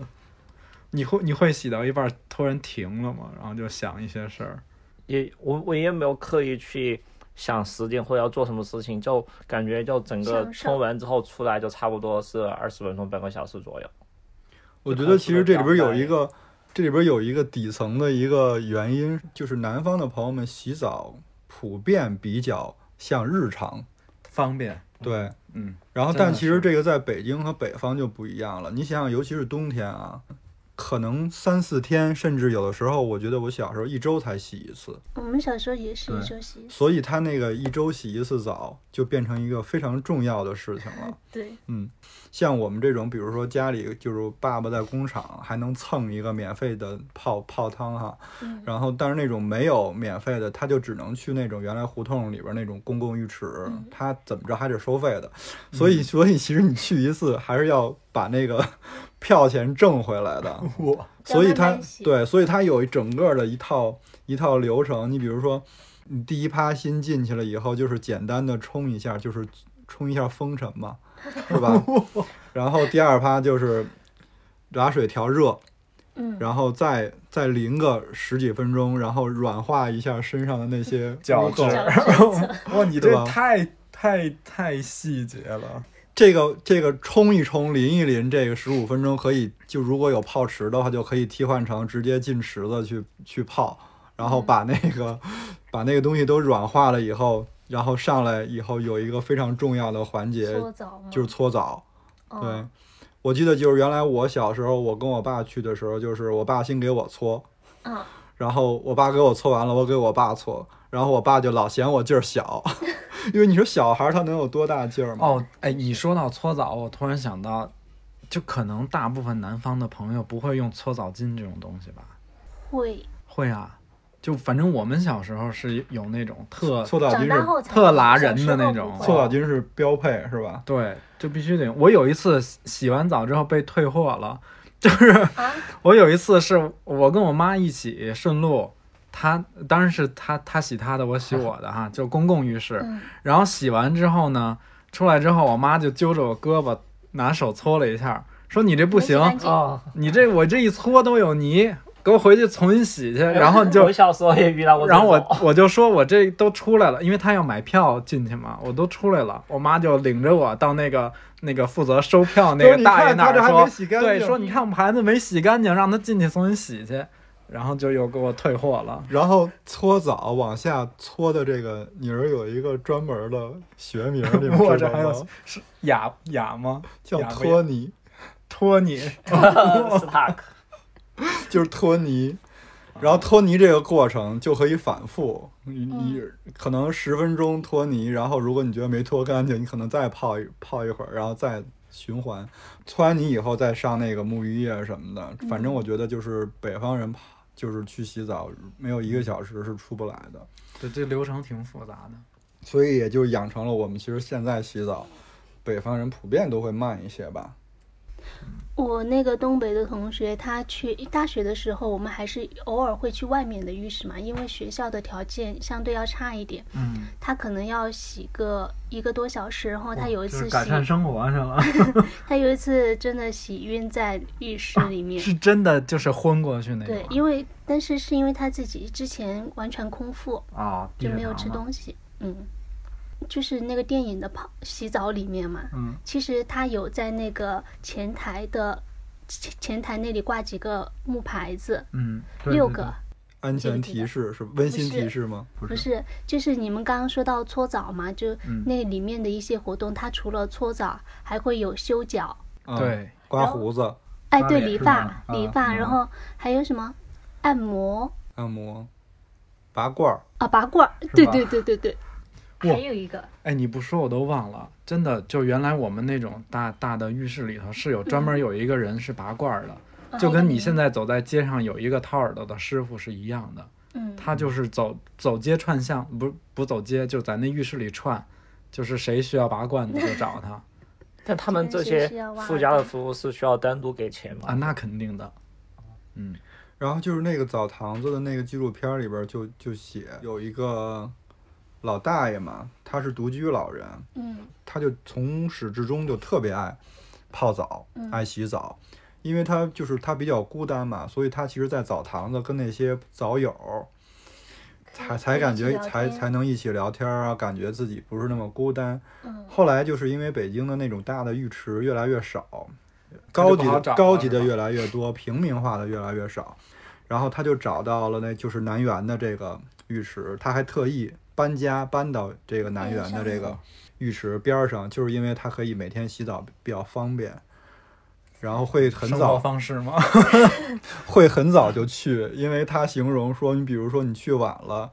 [SPEAKER 1] 你会你会洗到一半儿突然停了吗？然后就想一些事儿。
[SPEAKER 3] 也我我也没有刻意去想时间或者要做什么事情，就感觉就整个
[SPEAKER 5] 享受
[SPEAKER 3] 冲完之后出来就差不多是二十分钟半个小时左右。
[SPEAKER 4] 我觉得其实这里边有一个，这里边有一个底层的一个原因，就是南方的朋友们洗澡普遍比较像日常，
[SPEAKER 1] 方便，
[SPEAKER 4] 对，
[SPEAKER 1] 嗯，
[SPEAKER 4] 然后，
[SPEAKER 1] 真的
[SPEAKER 4] 但其实
[SPEAKER 1] 是
[SPEAKER 4] 这个在北京和北方就不一样了。你想想，尤其是冬天啊，可能三四天，甚至有的时候，我觉得我小时候一周才洗一次，
[SPEAKER 5] 我们小时候也是
[SPEAKER 4] 对
[SPEAKER 5] 休息，
[SPEAKER 4] 所以他那个一周洗一次澡就变成一个非常重要的事情了。
[SPEAKER 5] 对，
[SPEAKER 4] 嗯，像我们这种，比如说家里就是爸爸在工厂还能蹭一个免费的泡泡汤哈，
[SPEAKER 5] 嗯
[SPEAKER 4] 然后但是那种没有免费的，他就只能去那种原来胡同里边那种公共浴池，他怎么着还得收费的，所以所以其实你去一次还是要把那个 票钱挣回来的，
[SPEAKER 1] 我
[SPEAKER 4] 所以
[SPEAKER 5] 要慢
[SPEAKER 4] 他
[SPEAKER 5] 慢洗
[SPEAKER 4] 对，所以他有一整个的一套一套流程，你比如说。你第一趴新进去了以后，就是简单的冲一下，就是冲一下风尘嘛，是吧？然后第二趴就是拿水调热，
[SPEAKER 5] 嗯，
[SPEAKER 4] 然后再再淋个十几分钟，然后软化一下身上的那些
[SPEAKER 1] 角
[SPEAKER 4] 污垢
[SPEAKER 1] 质
[SPEAKER 5] 小时候
[SPEAKER 1] 哇，你
[SPEAKER 4] 对吧
[SPEAKER 1] 这太太太细节了。
[SPEAKER 4] 这个这个冲一冲、淋一淋，这个十五分钟可以，就如果有泡池的话，就可以替换成直接进池子去去泡，然后把那个、 把那个东西都软化了以后，然后上来以后有一个非常重要的环节
[SPEAKER 5] 搓澡吗？
[SPEAKER 4] 就是搓澡。
[SPEAKER 5] 哦
[SPEAKER 4] 对，我记得就是原来我小时候，我跟我爸去的时候，就是我爸先给我搓，
[SPEAKER 5] 嗯，
[SPEAKER 4] 然后我爸给我搓完了，我给我爸搓，然后我爸就老嫌我劲儿小， 因为你说小孩儿他能有多大劲儿嘛？
[SPEAKER 1] 哦，哎，你说到搓澡，我突然想到，就可能大部分南方的朋友不会用搓澡巾这种东西吧？
[SPEAKER 5] 会
[SPEAKER 1] 会啊，就反正我们小时候是有那种特
[SPEAKER 4] 搓澡巾
[SPEAKER 5] 长大
[SPEAKER 4] 是
[SPEAKER 5] 后才
[SPEAKER 1] 特拉人的那种
[SPEAKER 4] 搓
[SPEAKER 5] 搓
[SPEAKER 4] 澡巾是标配是吧？
[SPEAKER 1] 对，就必须得。我有一次洗洗完澡之后被退货了，就是
[SPEAKER 5] 啊，
[SPEAKER 1] 我有一次是我跟我妈一起顺路，她当然是她她洗她的，我洗我的哈，就公共浴室。
[SPEAKER 5] 嗯
[SPEAKER 1] 然后洗完之后呢，出来之后，我妈就揪着我胳膊拿手搓了一下，说你这不行，啊
[SPEAKER 5] 没洗干净
[SPEAKER 3] 哦，
[SPEAKER 1] 你这我这一搓都有泥，给我回去重新洗去。然后就
[SPEAKER 3] 我小时候也遇到过这种，
[SPEAKER 1] 然后我我就说，我这都出来了，因为他要买票进去嘛，我都出来了。我妈就领着我到那个那个负责收票那
[SPEAKER 4] 说
[SPEAKER 1] 个
[SPEAKER 4] 你
[SPEAKER 1] 大爷
[SPEAKER 4] 看
[SPEAKER 1] 那
[SPEAKER 4] 他这
[SPEAKER 1] 儿
[SPEAKER 4] 还
[SPEAKER 1] 说
[SPEAKER 4] 没，洗干净
[SPEAKER 1] 对，说你看我们盘子没洗干净，让他进去重新洗去，然后就又给我退货了。
[SPEAKER 4] 然后搓澡往下搓的这个，你儿有一个专门的学名，你 们
[SPEAKER 1] 我
[SPEAKER 4] 知
[SPEAKER 1] 这还
[SPEAKER 4] 道
[SPEAKER 1] 有
[SPEAKER 4] 吗？
[SPEAKER 1] 是雅雅吗？
[SPEAKER 4] 叫
[SPEAKER 1] 雅不雅
[SPEAKER 4] 托尼，
[SPEAKER 1] 托尼，
[SPEAKER 3] 斯塔克，
[SPEAKER 4] 就是托尼。然后托尼这个过程就可以反复，你你
[SPEAKER 1] 嗯
[SPEAKER 4] 可能十分钟托尼，然后如果你觉得没脱干净，你可能再泡一泡一会儿，然后再循环。搓完泥以后再上那个沐浴液什么的，反
[SPEAKER 1] 嗯
[SPEAKER 4] 正我觉得就是北方人泡就是去洗澡没有一个小时是出不来的。
[SPEAKER 1] 对，这流程挺复杂的。
[SPEAKER 4] 所以也就养成了我们其实现在洗澡，北方人普遍都会慢一些吧。
[SPEAKER 5] 我那个东北的同学，他去大学的时候，我们还是偶尔会去外面的浴室嘛，因为学校的条件相对要差一点，
[SPEAKER 1] 嗯，
[SPEAKER 5] 他可能要洗个一个多小时。然后他有一次洗，
[SPEAKER 1] 哦改善生活去了，
[SPEAKER 5] 他有一次真的洗晕在浴室里面。
[SPEAKER 1] 是真的就是昏过去那种
[SPEAKER 5] 对
[SPEAKER 1] 啊。，
[SPEAKER 5] 因为但是是因为他自己之前完全空腹，
[SPEAKER 1] 啊，
[SPEAKER 5] 就没有吃
[SPEAKER 1] 西。
[SPEAKER 5] 东西。嗯，就是那个电影的泡洗澡里面嘛，
[SPEAKER 1] 嗯，
[SPEAKER 5] 其实他有在那个前台的前前台那里挂几个木牌子，
[SPEAKER 1] 嗯，对
[SPEAKER 5] 六
[SPEAKER 1] 对
[SPEAKER 5] 个。
[SPEAKER 4] 安全提示是温馨提示吗？
[SPEAKER 1] 对
[SPEAKER 5] 不
[SPEAKER 1] 不是
[SPEAKER 5] 是，就是你们刚刚说到搓澡嘛，就
[SPEAKER 1] 嗯
[SPEAKER 5] 那里面的一些活动，它除了搓澡，还会有修脚，
[SPEAKER 4] 啊，
[SPEAKER 1] 对，嗯
[SPEAKER 4] 刮胡子、
[SPEAKER 5] 哎，
[SPEAKER 1] 刮
[SPEAKER 5] 对，
[SPEAKER 1] 脸
[SPEAKER 5] 理
[SPEAKER 1] 是
[SPEAKER 5] 发
[SPEAKER 1] 吗，
[SPEAKER 5] 理
[SPEAKER 4] 啊
[SPEAKER 5] 发，
[SPEAKER 4] 嗯
[SPEAKER 5] 然后还有什么按摩
[SPEAKER 4] 按摩、拔罐儿，
[SPEAKER 5] 啊，拔罐儿，
[SPEAKER 4] 吧
[SPEAKER 5] 对对对对 对，
[SPEAKER 1] 哇
[SPEAKER 2] 还有一个，
[SPEAKER 1] 哎，你不说我都忘了，真的，就原来我们那种大大的浴室里头是有专门有一个人是拔罐儿的，
[SPEAKER 5] 嗯
[SPEAKER 1] 就跟你现在走在街上有一个掏耳朵的师傅是一样的，
[SPEAKER 5] 嗯，
[SPEAKER 1] 他就是走走街串巷，不不走街，就在那浴室里串，就是谁需要拔罐的就找 他
[SPEAKER 3] 但他们这些附加的服务是需要单独给钱
[SPEAKER 1] 啊，
[SPEAKER 3] 吗？
[SPEAKER 1] 那肯定的，嗯
[SPEAKER 4] 然后就是那个澡堂子的那个纪录片里边就就写有一个老大爷嘛，他是独居老人，
[SPEAKER 5] 嗯，
[SPEAKER 4] 他就从始至终就特别爱泡澡，
[SPEAKER 5] 嗯
[SPEAKER 4] 爱洗澡。因为他就是他比较孤单嘛，所以他其实，在澡堂子跟那些澡友，才才感
[SPEAKER 5] 一
[SPEAKER 4] 觉
[SPEAKER 5] 起聊
[SPEAKER 4] 才
[SPEAKER 5] 天
[SPEAKER 4] 才能一起聊天儿啊，感觉自己不是那么孤单。
[SPEAKER 5] 嗯
[SPEAKER 4] 后来就是因为北京的那种大的浴池越来越少，
[SPEAKER 1] 那就
[SPEAKER 4] 高
[SPEAKER 1] 不
[SPEAKER 4] 级
[SPEAKER 1] 好
[SPEAKER 4] 的
[SPEAKER 1] 找了
[SPEAKER 4] 高级
[SPEAKER 1] 是
[SPEAKER 4] 的
[SPEAKER 1] 吧
[SPEAKER 4] 越来越多，平民化的越来越少。然后他就找到了那就是南园的这个浴池，他还特意搬家搬到这个
[SPEAKER 1] 哎
[SPEAKER 4] 南园的这个浴池边儿上，就是因为他可以每天洗澡比较方便，然后会很
[SPEAKER 1] 生活
[SPEAKER 4] 早
[SPEAKER 1] 方式吗？
[SPEAKER 4] 会很早就去，因为他形容说，你比如说你去晚了，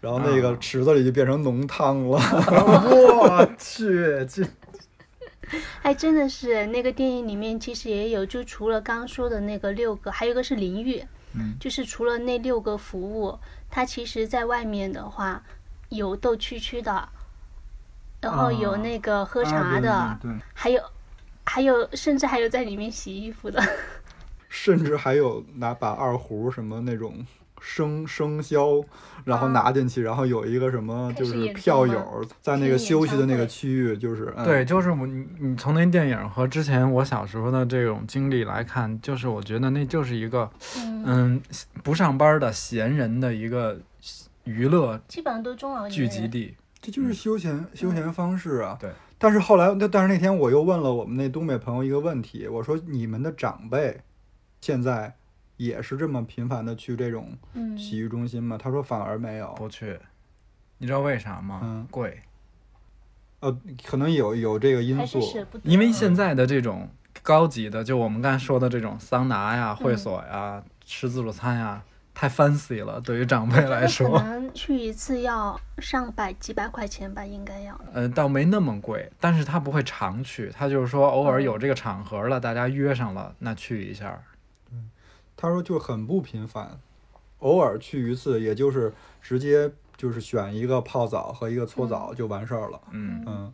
[SPEAKER 4] 然后那个
[SPEAKER 1] 啊
[SPEAKER 4] 池子里就变成浓汤了。
[SPEAKER 1] 我去，这
[SPEAKER 5] 哎，真的是那个电影里面其实也有，就除了刚说的那个六个，还有一个是淋浴，
[SPEAKER 1] 嗯
[SPEAKER 5] 就是除了那六个服务，它其实在外面的话有逗蛐蛐的，然后有
[SPEAKER 1] 啊
[SPEAKER 5] 那个喝茶的，
[SPEAKER 1] 对，
[SPEAKER 5] 还有还有甚至还有在里面洗衣服的，
[SPEAKER 4] 甚至还有拿把二胡什么那种生生箫，然
[SPEAKER 1] 啊
[SPEAKER 4] 后拿进去，然后有一个什么就
[SPEAKER 2] 开始
[SPEAKER 4] 是
[SPEAKER 2] 演奏
[SPEAKER 4] 票
[SPEAKER 2] 吗
[SPEAKER 4] 友在那
[SPEAKER 2] 听
[SPEAKER 4] 个
[SPEAKER 2] 演
[SPEAKER 4] 休息的
[SPEAKER 2] 唱
[SPEAKER 4] 那个
[SPEAKER 2] 会
[SPEAKER 4] 区域，就是、嗯、
[SPEAKER 1] 对，就是我你你从那电影和之前我小时候的这种经历来看，就是我觉得那就是一个， 嗯，不上班的闲人的一个娱乐
[SPEAKER 5] 基本上都中老年
[SPEAKER 1] 聚集
[SPEAKER 5] 人。
[SPEAKER 1] 地。
[SPEAKER 4] 这就是休闲休闲方式啊。
[SPEAKER 1] 嗯对，
[SPEAKER 4] 但是后来，但但是那天我又问了我们那东北朋友一个问题，我说你们的长辈现在也是这么频繁的去这种
[SPEAKER 5] 嗯，
[SPEAKER 4] 洗浴中心吗？他说反而没有，
[SPEAKER 1] 不去，你知道为啥吗？
[SPEAKER 4] 嗯
[SPEAKER 1] 贵，
[SPEAKER 4] 呃，可能有有这个因
[SPEAKER 5] 还
[SPEAKER 4] 素
[SPEAKER 5] 是，舍不得，
[SPEAKER 1] 因为现在的这种高级的，就我们刚才说的这种桑拿呀、会所呀、吃自助餐呀，太 fancy 了，对于长辈 来
[SPEAKER 5] 可
[SPEAKER 1] 说，
[SPEAKER 5] 能去一次要上百几百块钱吧，应该要。
[SPEAKER 1] 呃，倒没那么贵，但是他不会常去，他就是说偶尔有这个场合了，大家约上了，那去一下。
[SPEAKER 4] 他说就很不频繁，偶尔去一次，也就是直接就是选一个泡澡和一个搓澡就完事儿了。
[SPEAKER 1] 嗯，
[SPEAKER 4] 嗯，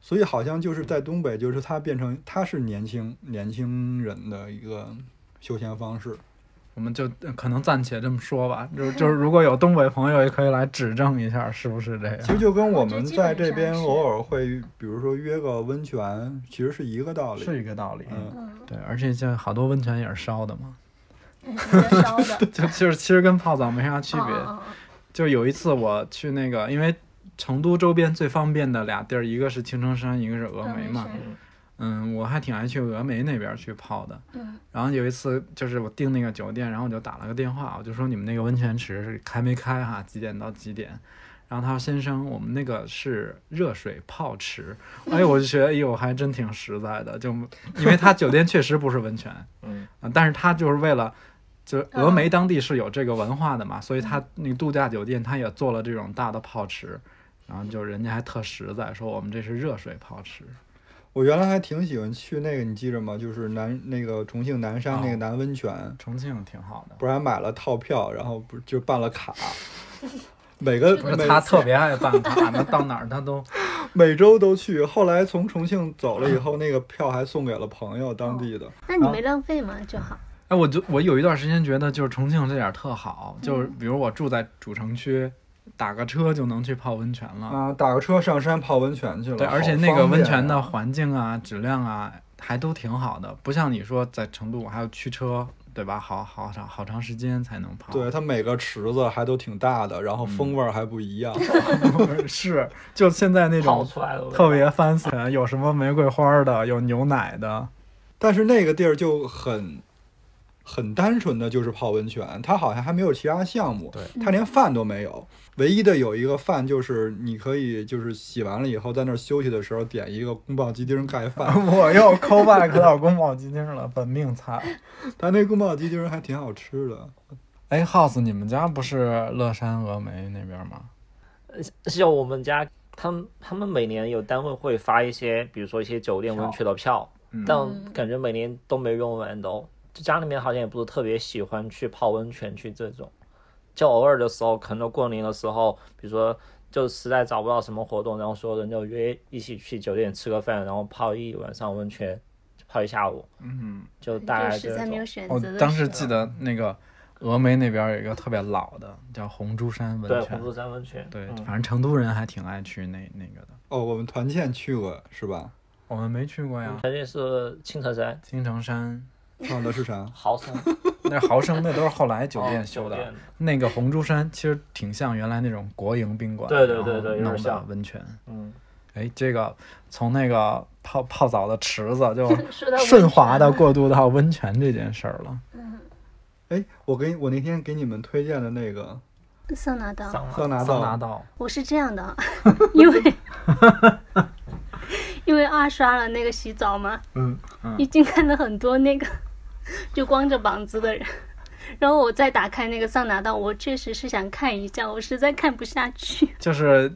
[SPEAKER 4] 所以好像就是在东北，就是它变成它是年轻年轻人的一个休闲方式。
[SPEAKER 1] 我们就呃可能暂且这么说吧，就就是如果有东北朋友也可以来指正一下，是不是这样？
[SPEAKER 4] 其实就跟我
[SPEAKER 5] 我觉得
[SPEAKER 4] 们
[SPEAKER 5] 基
[SPEAKER 4] 在
[SPEAKER 5] 本
[SPEAKER 4] 这
[SPEAKER 5] 上
[SPEAKER 4] 边
[SPEAKER 5] 是
[SPEAKER 4] 偶尔会，比如说约个温泉，其实是一个道理。
[SPEAKER 1] 是一个道理。
[SPEAKER 4] 嗯，
[SPEAKER 1] 对，而且像好多温泉也是烧的嘛，
[SPEAKER 5] 年 烧的，
[SPEAKER 1] 就就是其实跟泡澡没嗯 啥区别。
[SPEAKER 5] 哦哦哦
[SPEAKER 1] 就有一次我去那个，因为成都周边最方便的俩地儿，一个是青城山，一个是峨眉嘛。嗯，我还挺爱去峨眉那边去泡的。
[SPEAKER 5] 嗯。
[SPEAKER 1] 然后有一次就是我订那个酒店，然后我就打了个电话，我就说你们那个温泉池是开没开哈、几点到几点？然后他说先生，我们那个是热水泡池。哎，我就觉得，哎呦，还真挺实在的，就因为他酒店确实不是温泉，
[SPEAKER 3] 嗯
[SPEAKER 1] 啊，但是他就是为了。就是峨眉当地是有这个文化的嘛，所以他那个度假酒店他也做了这种大的泡池，然后就人家还特实在，说我们这是热水泡池。
[SPEAKER 4] 我原来还挺喜欢去那个，你记着吗？就是南那个重庆南山那
[SPEAKER 1] 哦
[SPEAKER 4] 个南温泉，
[SPEAKER 1] 重庆挺好的，
[SPEAKER 4] 不是还买了套票，然后不是就办了 卡。每个
[SPEAKER 1] 不是
[SPEAKER 4] 每
[SPEAKER 1] 他特别爱办卡， 那到哪儿他都
[SPEAKER 4] 每周都去，后来从重庆走了以后，那个票还送给了朋友当地的。
[SPEAKER 1] 哦
[SPEAKER 5] 那你没浪费嘛就好。
[SPEAKER 1] 哎，我就我有一段时间觉得，就是重庆这点儿特好，就是比如我住在主城区，打个车就能去泡温泉了。
[SPEAKER 4] 啊，打个车上山泡温泉去了。
[SPEAKER 1] 对，
[SPEAKER 4] 好
[SPEAKER 1] 而且那个温泉的
[SPEAKER 4] 方便啊
[SPEAKER 1] 环境啊、质量啊，还都挺好的，不像你说在成都我还要驱车，对吧？好好长好长时间才能泡。
[SPEAKER 4] 对它每个池子还都挺大的，
[SPEAKER 1] 嗯
[SPEAKER 4] 然后风味儿还不一 样。
[SPEAKER 1] 对，是就现在那
[SPEAKER 3] 泡
[SPEAKER 1] 种
[SPEAKER 3] 出来了，
[SPEAKER 1] 特别 fancy，有什么玫瑰花的，有牛奶的，
[SPEAKER 4] 但是那个地儿就很很单纯的就是泡温泉，它好像还没有其他项目，
[SPEAKER 1] 对
[SPEAKER 4] 它连饭都没有。唯一的有一个饭就是你可以就是洗完了以后在那儿休息的时候点一个宫保鸡丁 盖饭，
[SPEAKER 1] 我又 call back 到宫保鸡丁了，本命菜。
[SPEAKER 4] 它那宫保鸡丁还挺好吃的。
[SPEAKER 1] 哎，House，你们家不是乐山峨眉那边吗？
[SPEAKER 3] 像我们家，他们他们每年有单位会发一些，比如说一些酒店温泉的票，
[SPEAKER 1] 嗯
[SPEAKER 3] 但感觉每年都没用完都。就家里面好像也不是特别喜欢去泡温泉去这种，就偶尔的时候，可能过年的时候，比如说就实在找不到什么活动，然后所有人就约一起去酒店吃个饭，然后泡一晚上温泉，泡一下午，
[SPEAKER 1] 嗯，
[SPEAKER 3] 就大概
[SPEAKER 5] 就
[SPEAKER 3] 这
[SPEAKER 5] 实在没有
[SPEAKER 3] 种。
[SPEAKER 5] 选择
[SPEAKER 1] 我
[SPEAKER 5] 的时候。
[SPEAKER 1] 哦当时记得那个峨眉那边有一个特别老的，叫红珠山
[SPEAKER 3] 对，
[SPEAKER 1] 温泉
[SPEAKER 3] 红。珠山温泉。
[SPEAKER 1] 对，
[SPEAKER 3] 嗯
[SPEAKER 1] 反正成都人还挺爱去那那个的。
[SPEAKER 4] 哦，我们团建去过是吧？
[SPEAKER 1] 我们没去过呀，
[SPEAKER 3] 肯定是青城山、
[SPEAKER 1] 青城山
[SPEAKER 4] 放的是啥？
[SPEAKER 3] 豪 山
[SPEAKER 1] 那豪生那都是后来酒店修
[SPEAKER 3] 哦酒
[SPEAKER 1] 的
[SPEAKER 3] 店。
[SPEAKER 1] 那个红珠山其实挺像原来那种国营宾馆，
[SPEAKER 3] 对对
[SPEAKER 1] 然后
[SPEAKER 3] 对对有点
[SPEAKER 1] 弄的
[SPEAKER 3] 像
[SPEAKER 1] 温泉。
[SPEAKER 3] 嗯，
[SPEAKER 1] 哎，这个从那个泡泡澡的池子就
[SPEAKER 5] 说到温
[SPEAKER 1] 顺滑
[SPEAKER 5] 泉
[SPEAKER 1] 的过渡到温泉这件事儿了。
[SPEAKER 4] 哎，我给我那天给你们推荐的那个
[SPEAKER 5] 桑拿岛，
[SPEAKER 3] 上海
[SPEAKER 4] 桑拿
[SPEAKER 1] 桑拿
[SPEAKER 4] 道，
[SPEAKER 1] 道，
[SPEAKER 5] 我是这样的 啊，因为因为二刷了那个洗澡嘛，
[SPEAKER 1] 嗯嗯
[SPEAKER 5] 已经看了很多那个就光着膀子的人，然后我再打开那个桑拿道，我确实是想看一下，我实在看不下去。
[SPEAKER 1] 就是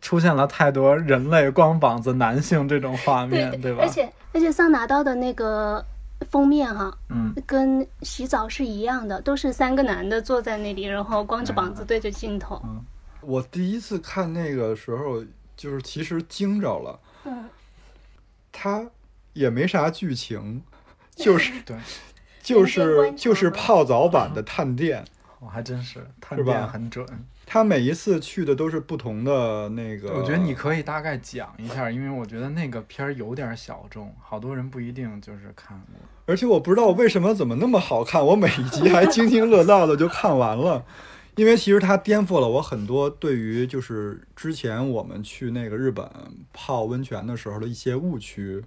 [SPEAKER 1] 出现了太多人类光膀子男性这种画面，
[SPEAKER 5] 对
[SPEAKER 1] 吧
[SPEAKER 5] 而？且而且桑拿道的那个封面哈、
[SPEAKER 1] 嗯，
[SPEAKER 5] 跟洗澡是一样的，都是三个男的坐在那里，然后光着膀子对着镜头。
[SPEAKER 4] 我第一次看那个时候，就是其实惊着了，
[SPEAKER 5] 嗯，
[SPEAKER 4] 它也没啥剧情，就是
[SPEAKER 1] 对，
[SPEAKER 4] 就
[SPEAKER 5] 人间观
[SPEAKER 4] 是
[SPEAKER 5] 察嗯
[SPEAKER 4] 就是
[SPEAKER 5] 吗
[SPEAKER 4] 泡澡版的探店。
[SPEAKER 1] 我还真是探
[SPEAKER 4] 是吧
[SPEAKER 1] 店很准。
[SPEAKER 4] 他每一次去的都是不同的那个，
[SPEAKER 1] 我觉得你可以大概讲一下，因为我觉得那个片儿有点小众，好多人不一定就是看过。
[SPEAKER 4] 而且我不知道为什么怎么那么好看，我每一集还津津乐道的就看完了。 因为其实它颠覆了我很多对于就是之前我们去那个日本泡温泉的时候的一些误区。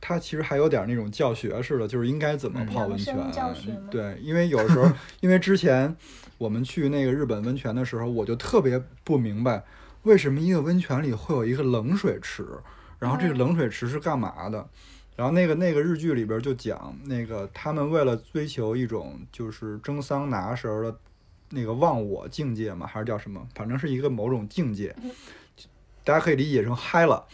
[SPEAKER 4] 它其实还有点那种教学似的，就是应该怎么泡温泉
[SPEAKER 5] 养生教学吗。
[SPEAKER 4] 对，因为有时候，因为之前我们去那个日本温泉的时候，我就特别不明白，为什么一个温泉里会有一个冷水池，然后这个冷水池是干嘛的？然后那个那个日剧里边就讲，那个他们为了追求一种就是蒸桑拿时候的那个忘我境界嘛，还是叫什么？反正是一个某种境界，大家可以理解成嗨了。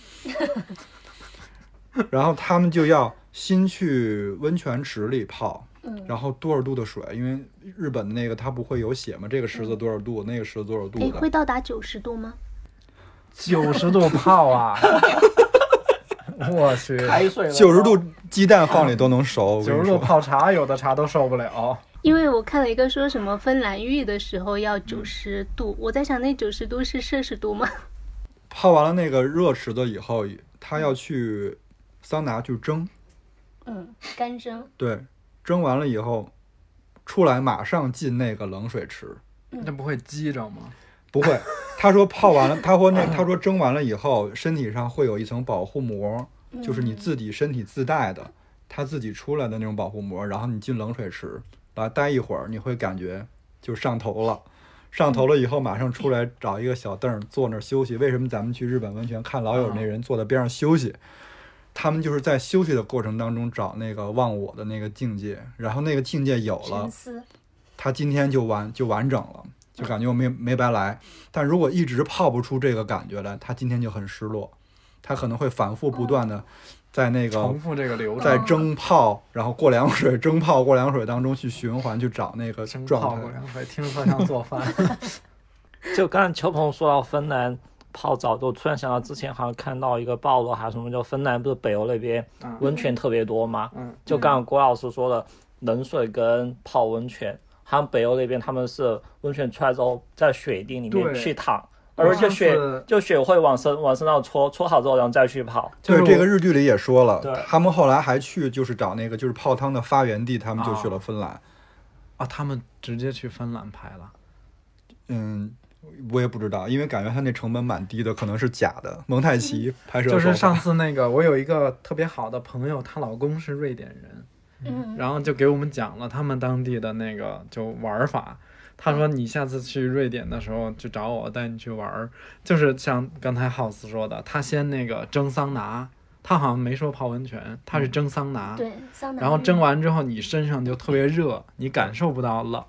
[SPEAKER 4] 然后他们就要先去温泉池里泡，然后多少度的水，因为日本的那个它不会有写嘛，这个池子多少度，那个池子多少度
[SPEAKER 5] 哎，会
[SPEAKER 4] 的。
[SPEAKER 5] 到达九十度吗？
[SPEAKER 1] 九十度泡啊！我去，
[SPEAKER 3] 开水了
[SPEAKER 4] 九十度鸡蛋放里都能熟，我跟
[SPEAKER 1] 啊九十
[SPEAKER 4] 你
[SPEAKER 1] 度
[SPEAKER 4] 说。
[SPEAKER 1] 泡茶，有的茶都受不了。
[SPEAKER 5] 因为我看了一个说什么芬兰浴的时候要九十度，我在想那九十度是摄氏度吗？
[SPEAKER 4] 泡完了那个热池子以后，他要去桑拿去蒸，
[SPEAKER 5] 嗯，干蒸。
[SPEAKER 4] 对，蒸完了以后出来马上进那个冷水池，
[SPEAKER 1] 那不会激着吗？
[SPEAKER 4] 不会。他说泡完了，他说那他说蒸完了以后，身体上会有一层保护膜，就是你自己身体自带的，它自己出来的那种保护膜。然后你进冷水池来待一会儿，你会感觉就上头了。上头了以后，马上出来找一个小凳儿坐那儿休息。为什么咱们去日本温泉看老友那人坐在边上休息？他们就是在休息的过程当中找那个忘我的那个境界，然后那个境界有了
[SPEAKER 5] 沉，思。
[SPEAKER 4] 他今天就完就完整了，就感觉我没没白来。但如果一直泡不出这个感觉来，他今天就很失落，他可能会反复不断的在那个
[SPEAKER 1] 重复这个流
[SPEAKER 4] 在
[SPEAKER 1] 程，
[SPEAKER 4] 蒸泡，然后过凉水、蒸泡、过凉水当中去循环去找那个
[SPEAKER 1] 蒸泡
[SPEAKER 4] 状
[SPEAKER 1] 过
[SPEAKER 4] 态。
[SPEAKER 1] 凉水，听说像做饭。
[SPEAKER 3] 就刚才邱鹏说到芬兰泡澡，就突然想到之前好像看到一个报道，还是什么，就芬兰不是北欧那边
[SPEAKER 1] 嗯
[SPEAKER 3] 温泉特别多吗？
[SPEAKER 1] 嗯，
[SPEAKER 3] 就刚刚郭老师说的，冷水跟泡温泉，好像北欧那边他们是温泉出来之后在雪地里
[SPEAKER 1] 对
[SPEAKER 3] 面去躺，
[SPEAKER 1] 我
[SPEAKER 3] 而且
[SPEAKER 1] 上
[SPEAKER 3] 雪
[SPEAKER 1] 次
[SPEAKER 3] 就雪会往身往身上搓，搓好之后然后再去泡。
[SPEAKER 1] 就是
[SPEAKER 4] 对，这
[SPEAKER 1] 我
[SPEAKER 4] 个日剧里也说了
[SPEAKER 3] 对，
[SPEAKER 4] 他们后来还去就是找那个就是泡汤的发源地，他们就去了芬兰。
[SPEAKER 1] 啊，他们直接去芬兰拍了。
[SPEAKER 4] 嗯。我也不知道，因为感觉他那成本蛮低的，可能是假的。蒙太奇拍摄
[SPEAKER 1] 就
[SPEAKER 4] 手
[SPEAKER 1] 是
[SPEAKER 4] 法
[SPEAKER 1] 上次那个，我有一个特别好的朋友，她老公是瑞典人，
[SPEAKER 5] 嗯，
[SPEAKER 1] 然后就给我们讲了他们当地的那个就玩儿法。他
[SPEAKER 5] 嗯
[SPEAKER 1] 说：“你下次去瑞典的时候，就找我，我带你去玩儿。就是像刚才 House 说的，他先那个蒸桑拿，他好像没说泡温泉，他是蒸桑拿。
[SPEAKER 5] 对，桑拿浴。
[SPEAKER 1] 然后蒸完之后，你身上就特别热，你感受不到冷。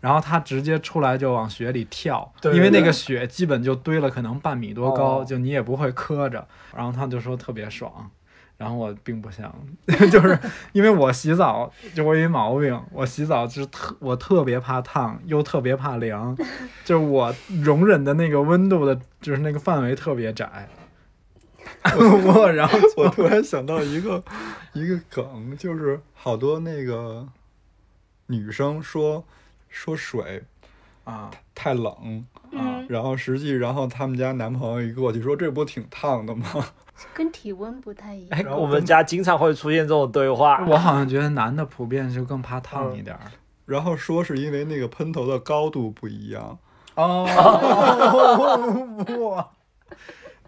[SPEAKER 1] 然后他直接出来就往雪里跳，
[SPEAKER 3] 对
[SPEAKER 1] 因为那
[SPEAKER 3] 对
[SPEAKER 1] 个雪基本就堆了可能半米多高，
[SPEAKER 3] 哦
[SPEAKER 1] 就你也不会磕着。然后他就说特别爽，然后我并不 想，就是因为我洗澡就我有一毛病，我洗澡就是特我特别怕烫，又特别怕 凉，就是我容忍的那个温度的，就是那个范围特别 窄。 我然后
[SPEAKER 4] 我突然想到一个一个梗，就是好多那个女生说说水
[SPEAKER 1] 啊，
[SPEAKER 4] 太冷，啊
[SPEAKER 5] 嗯，
[SPEAKER 4] 然后实际然后他们家男朋友一过去说这不挺烫的吗？
[SPEAKER 5] 跟体温不太一样。
[SPEAKER 3] 哎，我们家经常会出现这种对话。
[SPEAKER 1] 我好像觉得男的普遍就更怕烫一点儿。
[SPEAKER 4] 然后说是因为那个喷头的高度不一样，
[SPEAKER 1] 哦，哇，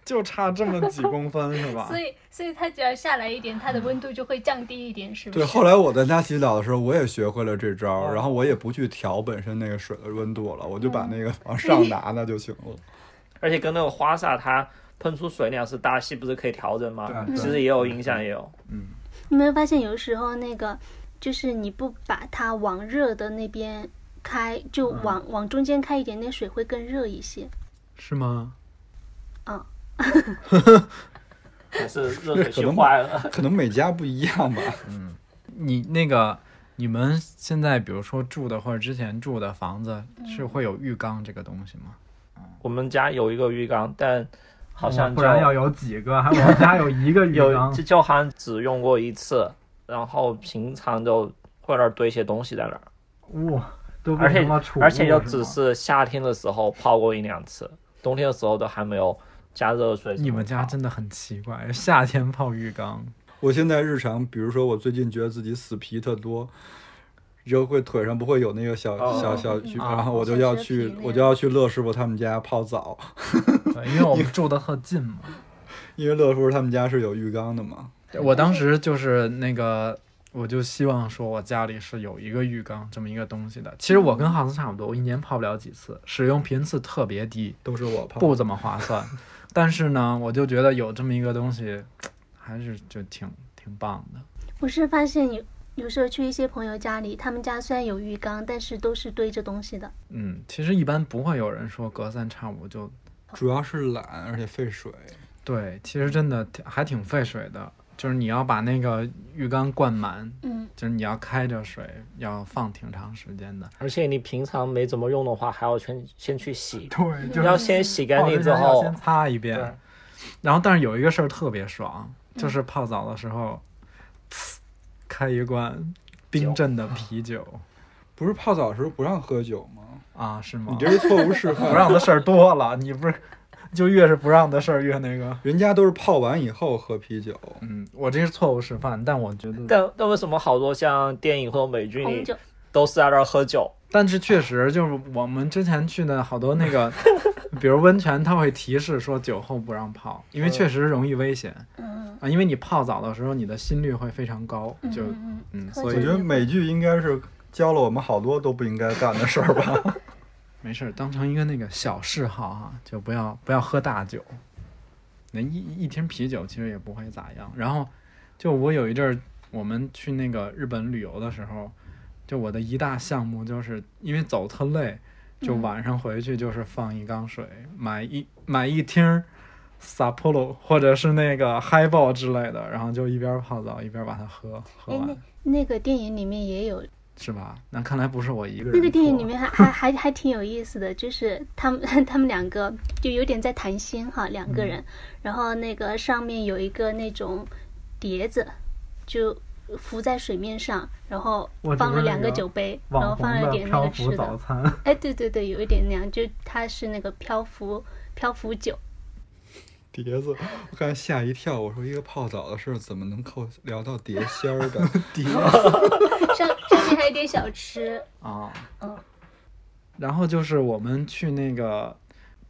[SPEAKER 1] 就差这么几公分是吧
[SPEAKER 2] 所？以，所以它只要下来一点，它的温度就会降低一点，是不
[SPEAKER 4] 对。
[SPEAKER 2] 是？哦
[SPEAKER 4] 后来我在家洗澡的时候，我也学会了这招，然后我也不去调本身那个水的温度了，我就
[SPEAKER 2] 嗯
[SPEAKER 4] 把那个往上拿那就行 了。
[SPEAKER 3] 而且跟那个花洒它喷出水量是大细，不是可以调整吗？
[SPEAKER 1] 对对
[SPEAKER 3] 其实也有影响，也有。
[SPEAKER 5] 你没有发现有时候那个，就是你不把它往热的那边开，就往、往中间开一点，那水会更热一些。
[SPEAKER 1] 是吗？
[SPEAKER 3] 还是热水器坏了，
[SPEAKER 4] 可能每家不一样吧。
[SPEAKER 1] 你那个你们现在比如说住的或者之前住的房子
[SPEAKER 2] 嗯
[SPEAKER 1] 是会有浴缸这个东西吗？
[SPEAKER 3] 我们家有一个浴缸，但好
[SPEAKER 1] 哦嗯
[SPEAKER 3] 像就
[SPEAKER 1] 有几个，还我们家有一个浴
[SPEAKER 3] 有就就好像只用过一次，然后平常就会那儿堆一些东西在那儿，
[SPEAKER 1] 哇，都
[SPEAKER 3] 而且而且就只是夏天的时候泡过一两次，冬天的时候都还没有加热水。
[SPEAKER 1] 你们家真的很奇怪，夏天泡浴缸，
[SPEAKER 4] 我现在日常，比如说我最近觉得自己死皮特多，就会腿上不会有那个小、
[SPEAKER 3] 哦
[SPEAKER 4] 小小橘，
[SPEAKER 1] 啊
[SPEAKER 4] 然后我就
[SPEAKER 5] 嗯小
[SPEAKER 4] 要
[SPEAKER 5] 蛇
[SPEAKER 4] 去
[SPEAKER 5] 皮那
[SPEAKER 4] 我就要去乐师傅他们家泡澡，
[SPEAKER 1] 对，因为我们住的特近嘛。
[SPEAKER 4] 因为乐师傅他们家是有浴缸的嘛。
[SPEAKER 1] 我当时就是那个，我就希望说我家里是有一个浴缸这么一个东西的。其实我跟浩子差不多，我一年泡不了几次，使用频次特别低，
[SPEAKER 4] 都是我泡，
[SPEAKER 1] 不怎么划 算。但是呢，我就觉得有这么一个东西，还是就挺挺棒的。
[SPEAKER 5] 我是发现有有时候去一些朋友家里，他们家虽然有浴缸，但是都是堆着东西的。
[SPEAKER 1] 嗯，其实一般不会有人说隔三差五就
[SPEAKER 4] 主要是懒，而且费水。
[SPEAKER 1] 对，其实真的挺还挺费水的，就是你要把那个浴缸灌满，
[SPEAKER 5] 嗯，
[SPEAKER 1] 就是你要开着水，要放挺长时间的。
[SPEAKER 3] 而且你平常没怎么用的话，还要先先去洗，
[SPEAKER 1] 对，就
[SPEAKER 3] 要先洗干净之
[SPEAKER 1] 哦要
[SPEAKER 3] 后，
[SPEAKER 1] 先擦一
[SPEAKER 3] 对
[SPEAKER 1] 遍。然后，但是有一个事儿特别爽，
[SPEAKER 5] 嗯
[SPEAKER 1] 就是泡澡的时候，呲开一罐冰镇的啤酒
[SPEAKER 4] 不是泡澡的时候不让喝酒吗？
[SPEAKER 1] 啊，是吗
[SPEAKER 4] 你？这是错误示
[SPEAKER 1] 不
[SPEAKER 4] 范。
[SPEAKER 1] 让的事儿多了，你不是就越是不让的事儿越那个。
[SPEAKER 4] 人家都是泡完以后喝啤酒，
[SPEAKER 1] 嗯，我这是错误示范，但我觉得，
[SPEAKER 3] 但但为什么好多像电影或者美剧
[SPEAKER 5] 红
[SPEAKER 3] 里
[SPEAKER 5] 酒
[SPEAKER 3] 都是在那儿喝酒？
[SPEAKER 1] 但是确实就是我们之前去的好多那个， 比如温泉，它会提示说酒后不让泡，因为确实容易危险
[SPEAKER 5] 嗯
[SPEAKER 1] 啊，因为你泡澡的时候你的心率会非常高，
[SPEAKER 5] 嗯
[SPEAKER 1] 就
[SPEAKER 5] 嗯
[SPEAKER 1] 嗯，
[SPEAKER 5] 喝
[SPEAKER 1] 所
[SPEAKER 4] 我
[SPEAKER 5] 酒
[SPEAKER 1] 以
[SPEAKER 4] 觉得美剧应该是教了我们好多都不应该干的事儿吧。
[SPEAKER 1] 没事儿，当成一个那个小嗜好啊，就不要不要喝大酒。那一一听啤酒其实也不会咋样。然后，就我有一阵儿，我们去那个日本旅游的时候，就我的一大项目就是因为走特累，就
[SPEAKER 5] 嗯
[SPEAKER 1] 晚上回去就是放一缸水，买一买一听儿 Sapporo 或者是那个 Highball 之类的，然后就一边泡澡一边把它喝喝
[SPEAKER 5] 哎
[SPEAKER 1] 完，
[SPEAKER 5] 那那个电影里面也有，
[SPEAKER 1] 是吧？那看来不是我一个人。
[SPEAKER 5] 那个电影里。面还还还还挺有意思的，就是他们 他们两个就有点在谈心哈，两个
[SPEAKER 1] 嗯
[SPEAKER 5] 人，然后那个上面有一个那种碟子，就浮在水面上，然后
[SPEAKER 1] 我
[SPEAKER 5] 放
[SPEAKER 1] 只
[SPEAKER 5] 了
[SPEAKER 1] 是
[SPEAKER 5] 两
[SPEAKER 1] 那
[SPEAKER 5] 个
[SPEAKER 1] 个
[SPEAKER 5] 酒杯，然后
[SPEAKER 1] 网
[SPEAKER 5] 放
[SPEAKER 1] 红
[SPEAKER 5] 了
[SPEAKER 1] 的
[SPEAKER 5] 点那
[SPEAKER 1] 漂
[SPEAKER 5] 个吃
[SPEAKER 1] 浮早
[SPEAKER 5] 的，
[SPEAKER 1] 餐，
[SPEAKER 5] 哎，对对对，有一点那样，就它是那个漂浮漂浮酒，
[SPEAKER 4] 碟子，我刚才吓一跳，我说一个泡澡的事儿怎么能扣聊到碟仙 儿的？碟
[SPEAKER 2] 上上面还有点小吃，
[SPEAKER 1] 啊，
[SPEAKER 2] 嗯
[SPEAKER 1] 然后就是我们去那个，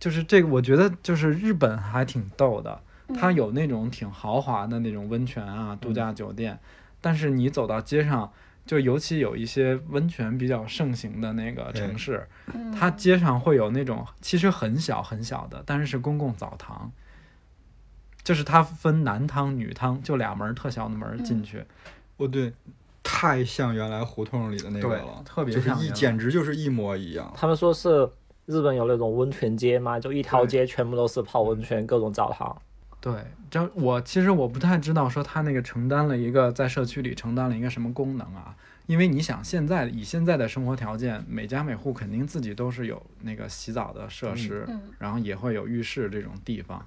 [SPEAKER 1] 就是这个，我觉得就是日本还挺逗的，它有那种挺豪华的那种温泉啊、度假酒店，但是你走到街上，就尤其有一些温泉比较盛行的那个城市，它街上会有那种其实很小很小的，但是是公共澡堂。就是它分男汤女汤，就俩门儿特小的门儿进去，
[SPEAKER 4] 哦对，太像原来胡同里的那个
[SPEAKER 1] 对
[SPEAKER 4] 了，
[SPEAKER 1] 特别
[SPEAKER 4] 就是
[SPEAKER 1] 像
[SPEAKER 4] 一
[SPEAKER 1] 原来嗯
[SPEAKER 4] 简直就是一模一样。
[SPEAKER 3] 他们说是日本有那种温泉街嘛，就一条街全部都是泡温泉，各种澡堂。
[SPEAKER 1] 对，这我其实我不太知道说他那个承担了一个在社区里承担了一个什么功能啊，因为你想现在以现在的生活条件，每家每户肯定自己都是有那个洗澡的设施，然后也会有浴室这种地方，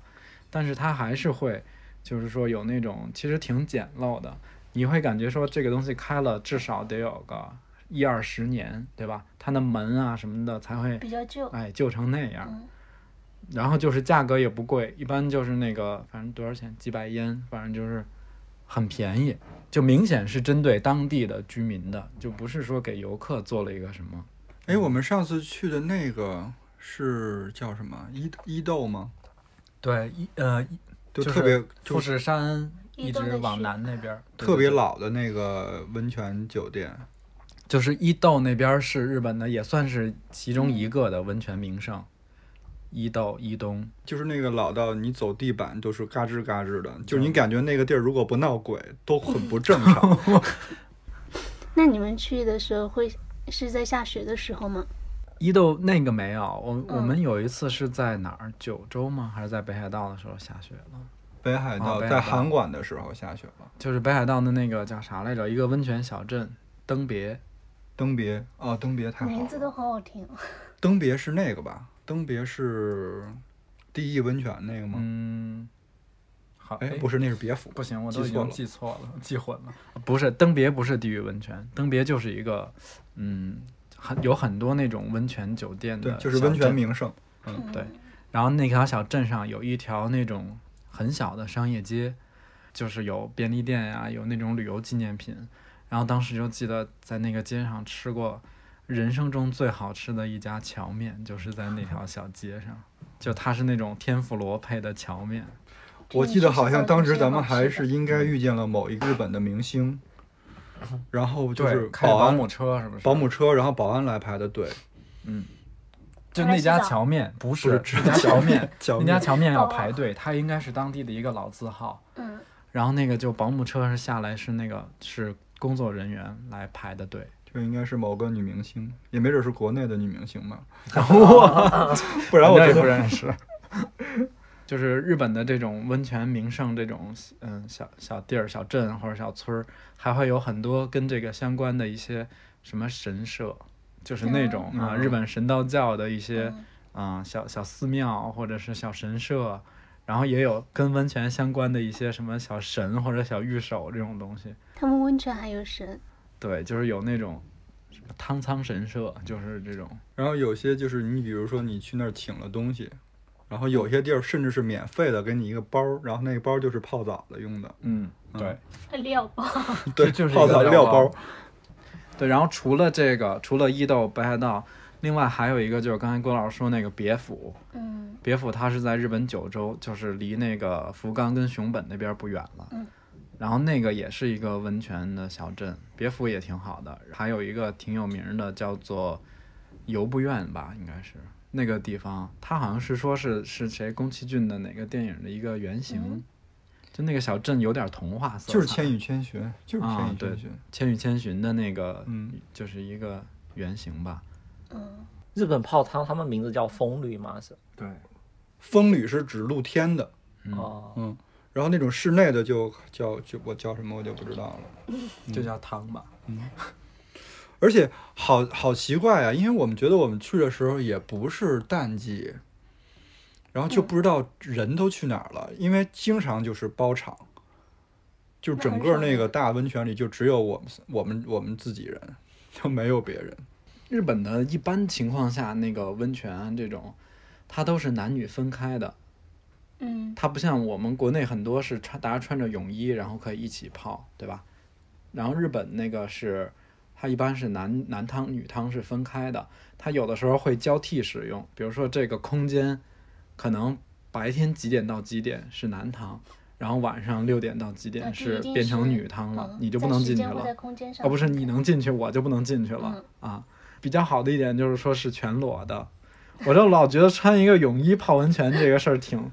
[SPEAKER 1] 但是他还是会就是说有那种其实挺简陋的，你会感觉说这个东西开了至少得有个一二十年，对吧？它的门啊什么的才会
[SPEAKER 5] 比较旧，
[SPEAKER 1] 哎，旧成那样儿。然后就是价格也不贵，一般就是那个反正多少钱几百烟，反正就是很便宜，就明显是针对当地的居民的，就不是说给游客做了一个什么。
[SPEAKER 4] 哎，我们上次去的那个是叫什么伊伊豆吗？
[SPEAKER 1] 对，一呃，
[SPEAKER 4] 就特别就
[SPEAKER 1] 富
[SPEAKER 4] 是
[SPEAKER 1] 士山一
[SPEAKER 5] 移动
[SPEAKER 1] 直
[SPEAKER 5] 的
[SPEAKER 1] 往
[SPEAKER 5] 是
[SPEAKER 1] 南那边儿，对
[SPEAKER 4] 特
[SPEAKER 1] 对
[SPEAKER 4] 别
[SPEAKER 1] 对
[SPEAKER 4] 老的那个温泉酒店。
[SPEAKER 1] 就是伊豆那边是日本的，也算是其中一个的温泉名胜。伊豆、伊东，
[SPEAKER 4] 就是那个老到你走地板都是嘎吱嘎吱的，就是你感觉那个地儿如果不闹鬼都很不正 常。
[SPEAKER 5] 那你们去的时候会是在下雪的时候吗？
[SPEAKER 1] 伊豆那个没有，我我们有一次是在哪儿？九州吗？还是在北海道的时候下雪了？
[SPEAKER 4] 北海
[SPEAKER 1] 啊
[SPEAKER 4] 道
[SPEAKER 1] 北海
[SPEAKER 4] 在
[SPEAKER 1] 道
[SPEAKER 4] 函馆的时候下雪了，
[SPEAKER 1] 就是北海道的那个叫啥来着？一个温泉小镇，登别。
[SPEAKER 4] 登别哦，登别太好
[SPEAKER 5] 名字都
[SPEAKER 4] 了。
[SPEAKER 5] 好好听，
[SPEAKER 4] 登别是那个吧？登别是第一温泉那个吗？
[SPEAKER 1] 嗯，好，
[SPEAKER 4] 哎，
[SPEAKER 1] 诶
[SPEAKER 4] 不是，那是别府。
[SPEAKER 1] 不行，我都
[SPEAKER 4] 记
[SPEAKER 1] 已
[SPEAKER 4] 错
[SPEAKER 1] 经
[SPEAKER 4] 了
[SPEAKER 1] 记错了，记混了。不是，登别不是地狱温泉，登别就是一个，嗯，很有很多那种温泉酒店的
[SPEAKER 4] 对，
[SPEAKER 1] 小镇，
[SPEAKER 4] 就是温泉名胜。
[SPEAKER 1] 嗯对，然后那条小镇上有一条那种很小的商业街，就是有便利店呀、有那种旅游纪念品。然后当时就记得在那个街上吃过人生中最好吃的一家荞面，就是在那条小街上，就它是那种天妇罗配的荞面，
[SPEAKER 4] 我记得好像当时咱们还是应该遇见了某一个日本的明星，然后就是
[SPEAKER 1] 开
[SPEAKER 4] 保
[SPEAKER 1] 保
[SPEAKER 4] 安
[SPEAKER 1] 姆车是不是？
[SPEAKER 4] 保姆车，然后保安来排的队，
[SPEAKER 1] 就那家荞面不是
[SPEAKER 4] 不是
[SPEAKER 1] 那家荞面，
[SPEAKER 4] 荞
[SPEAKER 1] 那家
[SPEAKER 4] 面
[SPEAKER 1] 荞面要排队，它应该是当地的一个老字号。
[SPEAKER 5] 嗯，
[SPEAKER 1] 然后那个就保姆车是下来是那个是工作人员来排的队，
[SPEAKER 4] 这应该是某个女明星，也没准是国内的女明星吧，
[SPEAKER 1] 然后
[SPEAKER 4] 不然我
[SPEAKER 1] 也
[SPEAKER 4] 觉
[SPEAKER 1] 不
[SPEAKER 4] 得
[SPEAKER 1] 认识。 就是日本的这种温泉名胜这种嗯小小地儿、小镇或者小村儿，还会有很多跟这个相关的一些什么神社，就是那种啊、
[SPEAKER 4] 嗯
[SPEAKER 1] 日本神道教的一些啊、小小寺庙或者是小神社，然后也有跟温泉相关的一些什么小神或者小御守这种东西。
[SPEAKER 5] 他们温泉还有神，
[SPEAKER 1] 对，就是有那种什么汤仓神社，就是这种。
[SPEAKER 4] 然后有些就是你比如说你去那儿请了东西，然后有些地儿甚至是免费的，给你一个包，然后那个包就是泡澡的用的，
[SPEAKER 1] 嗯，对。
[SPEAKER 2] 料包，
[SPEAKER 4] 对，
[SPEAKER 1] 就是一
[SPEAKER 4] 泡
[SPEAKER 1] 个
[SPEAKER 4] 澡
[SPEAKER 1] 料
[SPEAKER 4] 料
[SPEAKER 1] 包
[SPEAKER 4] 包，
[SPEAKER 1] 对，然后除了这个，除了伊豆北海道，另外还有一个就是刚才郭老师说那个别府，
[SPEAKER 5] 嗯，
[SPEAKER 1] 别府它是在日本九州，就是离那个福冈跟熊本那边不远了。
[SPEAKER 5] 嗯
[SPEAKER 1] 然后那个也是一个温泉的小镇，别府也挺好的，还有一个挺有名的叫做游步院吧，应该是那个地方，它好像是说是是谁宫崎骏的哪个电影的一个原型，就那个小镇有点童话色彩，
[SPEAKER 4] 就是《千与千寻》，就是《
[SPEAKER 1] 啊
[SPEAKER 4] 千与
[SPEAKER 1] 对
[SPEAKER 4] 千寻》
[SPEAKER 1] 千与千寻的那个，
[SPEAKER 4] 嗯，
[SPEAKER 1] 就是一个原型吧。
[SPEAKER 3] 日本泡汤，他们名字叫风吕嘛是？
[SPEAKER 4] 对，风吕是指露天的，
[SPEAKER 3] 哦，
[SPEAKER 4] 嗯，然后那种室内的就叫就我叫什么我就不知道 了。嗯
[SPEAKER 1] 就叫汤吧。
[SPEAKER 4] 而且好好奇怪啊，因为我们觉得我们去的时候也不是淡季，然后就不知道人都去哪儿了，因为经常就是包场，就整个那个大温泉里就只有我们我们我们自己人，就没有别人。
[SPEAKER 1] 日本的一般情况下，那个温泉啊这种，它都是男女分开的，
[SPEAKER 2] 嗯，
[SPEAKER 1] 它不像我们国内很多是穿大家穿着泳衣，然后可以一起泡，对吧？然后日本那个是，它一般是男男汤女汤是分开的，它有的时候会交替使用，比如说这个空间，可能白天几点到几点是男汤，然后晚上六点到几
[SPEAKER 5] 那
[SPEAKER 1] 点
[SPEAKER 5] 这
[SPEAKER 1] 是
[SPEAKER 5] 啊一定
[SPEAKER 1] 变成
[SPEAKER 5] 是
[SPEAKER 1] 女汤了，
[SPEAKER 5] 嗯
[SPEAKER 1] 你就不
[SPEAKER 5] 在
[SPEAKER 1] 能
[SPEAKER 5] 时
[SPEAKER 1] 进去
[SPEAKER 5] 间
[SPEAKER 1] 了
[SPEAKER 5] 或。在空间上
[SPEAKER 1] 啊，不是你能进去，我就不能进去了、
[SPEAKER 5] 嗯
[SPEAKER 1] 啊。比较好的一点就是说是全裸的，我就老觉得穿一个泳衣泡温泉这个事儿挺，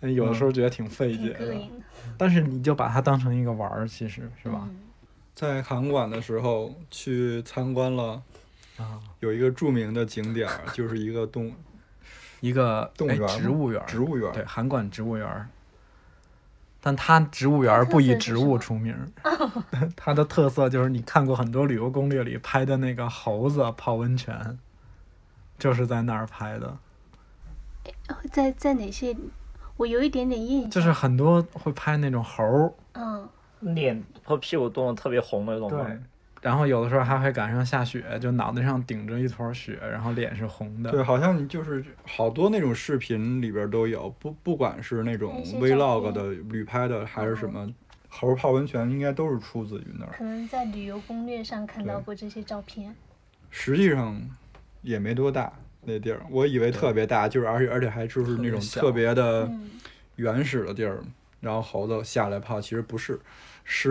[SPEAKER 1] 呃有的
[SPEAKER 4] 嗯
[SPEAKER 1] 时候觉得挺费解
[SPEAKER 5] 挺
[SPEAKER 1] 的
[SPEAKER 5] 膈。应的，
[SPEAKER 1] 但是你就把它当成一个玩儿，其实是吧？
[SPEAKER 5] 嗯
[SPEAKER 4] 在函馆的时候去参观了，
[SPEAKER 1] 啊，
[SPEAKER 4] 有一个著名的景点儿，就是一个动
[SPEAKER 1] 一个
[SPEAKER 4] 动物
[SPEAKER 1] 哎
[SPEAKER 4] 园儿
[SPEAKER 1] 植
[SPEAKER 4] 吗
[SPEAKER 1] 物园儿，
[SPEAKER 4] 植物园儿，
[SPEAKER 1] 对，函馆植物园儿。但它植物园儿
[SPEAKER 5] 特
[SPEAKER 1] 不以
[SPEAKER 5] 色是
[SPEAKER 1] 植
[SPEAKER 5] 什
[SPEAKER 1] 物
[SPEAKER 5] 么哦
[SPEAKER 1] 出名 儿，它的特色就是你看过很多旅游攻略里拍的那个猴子泡温泉，就是在那儿拍的。
[SPEAKER 5] 在在哪些？我有一点点印象，
[SPEAKER 1] 就是很多会拍那种猴儿，
[SPEAKER 5] 嗯，
[SPEAKER 3] 脸和屁股冻得特别红的那种吗？
[SPEAKER 1] 然后有的时候还会赶上下雪，就脑袋上顶着一坨雪，然后脸是红的。
[SPEAKER 4] 对，好像就是好多那种视频里边都有，不不管是那种
[SPEAKER 5] 那嗯些照片
[SPEAKER 4] vlog
[SPEAKER 5] 嗯
[SPEAKER 4] 的旅拍的，还是什么猴儿泡温泉，应该都是出自于那儿。
[SPEAKER 5] 可能在旅游攻略上看到
[SPEAKER 4] 对
[SPEAKER 5] 过这些照片。
[SPEAKER 4] 实际上也没多大那地儿，我以为特别大，就是而且而且还就是那种
[SPEAKER 1] 小
[SPEAKER 4] 特别的
[SPEAKER 5] 嗯
[SPEAKER 4] 原始的地儿，然后猴子下来泡，其实不是，是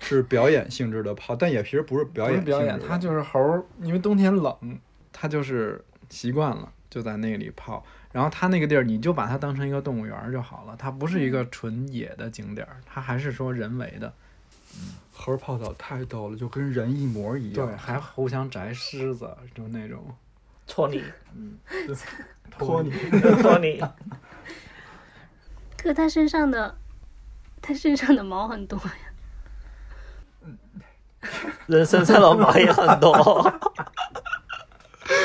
[SPEAKER 4] 是表演性质的泡，但也其实不是表
[SPEAKER 1] 不是
[SPEAKER 4] 演
[SPEAKER 1] 表
[SPEAKER 4] 性
[SPEAKER 1] 演，
[SPEAKER 4] 质
[SPEAKER 1] 它
[SPEAKER 4] 的
[SPEAKER 1] 就是猴儿，因为冬天冷，它就是习惯了，就在那里泡。然后它那个地儿，你就把它当成一个动物园儿就好了，它不是一个纯野的景点儿，它还是说人为的。
[SPEAKER 4] 猴儿泡澡太逗了，就跟人一模一样。
[SPEAKER 1] 还互相摘狮子，就那种。
[SPEAKER 3] 搓泥，
[SPEAKER 4] 托尼
[SPEAKER 3] 搓泥，
[SPEAKER 5] 可它身上的，它身上的毛很多呀，
[SPEAKER 3] 人身上的毛也很多。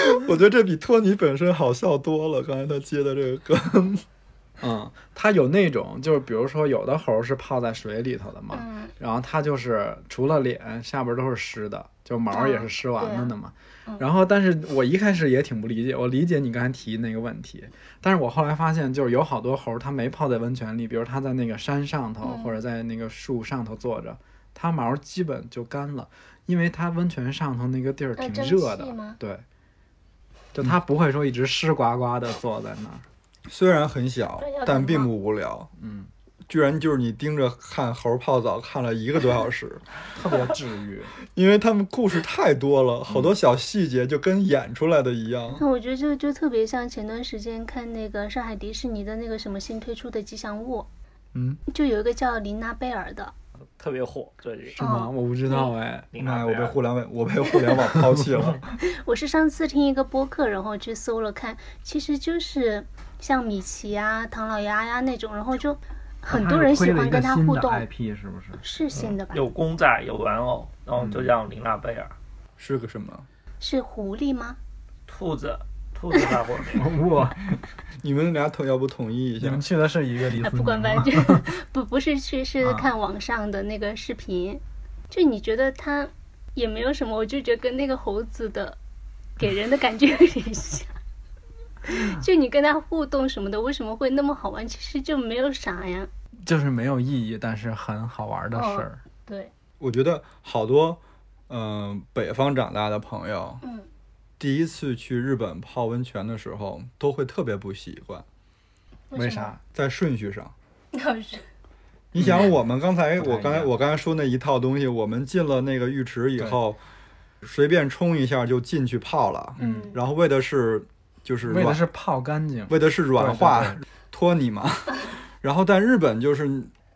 [SPEAKER 4] 我觉得这比托尼本身好笑多了。刚才他接的这个 梗，
[SPEAKER 1] 嗯，它有那种，就是比如说有的猴儿是泡在水里头的嘛，
[SPEAKER 5] 嗯
[SPEAKER 1] 然后它就是除了脸下边儿都是湿的，就毛儿也是湿完了的嘛。
[SPEAKER 5] 啊嗯
[SPEAKER 1] 然后，但是我一开始也挺不理解，我理解你刚才提那个问题，但是我后来发现，就是有好
[SPEAKER 5] 嗯
[SPEAKER 1] 多猴儿它没泡在温泉里，比如它在那个山上头、或者在那个树上头坐着，它毛基本就干了，因为它温泉上头那个地儿
[SPEAKER 5] 那
[SPEAKER 1] 挺
[SPEAKER 5] 蒸
[SPEAKER 1] 热的
[SPEAKER 5] 汽吗，
[SPEAKER 1] 对，就它不会说一直湿呱呱的坐在那儿。
[SPEAKER 4] 虽然很小
[SPEAKER 2] 这要怎么，
[SPEAKER 4] 但并不无聊。
[SPEAKER 1] 嗯，
[SPEAKER 4] 居然就是你盯着看猴泡澡看了一个多小时，
[SPEAKER 1] 特别治愈。
[SPEAKER 4] 因为他们故事太多了，好多小细节就跟演出来的一样。
[SPEAKER 5] 那我觉得这个就特别像前段时间看那个上海迪士尼的那个什么新推出的吉祥物，
[SPEAKER 4] 嗯，
[SPEAKER 5] 就有一个叫琳娜贝尔的，
[SPEAKER 3] 特别火最近。
[SPEAKER 2] 嗯
[SPEAKER 1] 是吗？啊我不知道哎。
[SPEAKER 3] 林
[SPEAKER 4] 妈
[SPEAKER 3] 娜
[SPEAKER 4] 呀，
[SPEAKER 3] 贝
[SPEAKER 4] 我被
[SPEAKER 3] 尔
[SPEAKER 4] 互联网，我被互联网抛 弃了。
[SPEAKER 5] 我是上次听一个播客，然后去搜了看，其实就是像米奇啊、唐老鸭呀、那种，然后就很多人喜欢跟他互动，
[SPEAKER 1] IP 啊是不 是？
[SPEAKER 5] 是新的吧？
[SPEAKER 3] 有公仔，有玩偶，然后就叫琳娜贝尔。
[SPEAKER 4] 是个什么？
[SPEAKER 5] 是狐狸吗？
[SPEAKER 3] 兔子，兔子大火名
[SPEAKER 1] 哦 哇，
[SPEAKER 4] 你们俩统要不统一一
[SPEAKER 1] 你
[SPEAKER 4] 下
[SPEAKER 1] 们？去的是一个迪
[SPEAKER 5] 哎，
[SPEAKER 1] 斯尼
[SPEAKER 5] 不管，
[SPEAKER 1] 吗
[SPEAKER 5] 反正就不不是去，是看网上的那个视频。就你觉得它也没有什么，我就觉得跟那个猴子的给人的感觉有点像。就你跟它互动什么的，为什么会那么好玩？其实就没有啥呀。
[SPEAKER 1] 就是没有意义，但是很好玩的
[SPEAKER 5] 哦
[SPEAKER 1] 事儿。
[SPEAKER 2] 对，
[SPEAKER 4] 我觉得好多，嗯、北方长大的朋友，
[SPEAKER 5] 嗯，
[SPEAKER 4] 第一次去日本泡温泉的时候，都会特别不习惯，
[SPEAKER 1] 为
[SPEAKER 5] 嗯
[SPEAKER 1] 啥？
[SPEAKER 4] 在顺序上。
[SPEAKER 2] 要是
[SPEAKER 4] 你想，我们刚才
[SPEAKER 1] 嗯不太
[SPEAKER 4] 我刚
[SPEAKER 1] 一
[SPEAKER 4] 才
[SPEAKER 1] 样
[SPEAKER 4] 我刚才说那一套东西，我们进了那个浴池以后，随便冲一下就进去泡了，
[SPEAKER 1] 嗯，
[SPEAKER 4] 然后为的是就是
[SPEAKER 1] 为的
[SPEAKER 4] 软
[SPEAKER 1] 是泡干净。
[SPEAKER 4] 为的是软化
[SPEAKER 1] 对对
[SPEAKER 4] 脱泥嘛。 然后但日本就是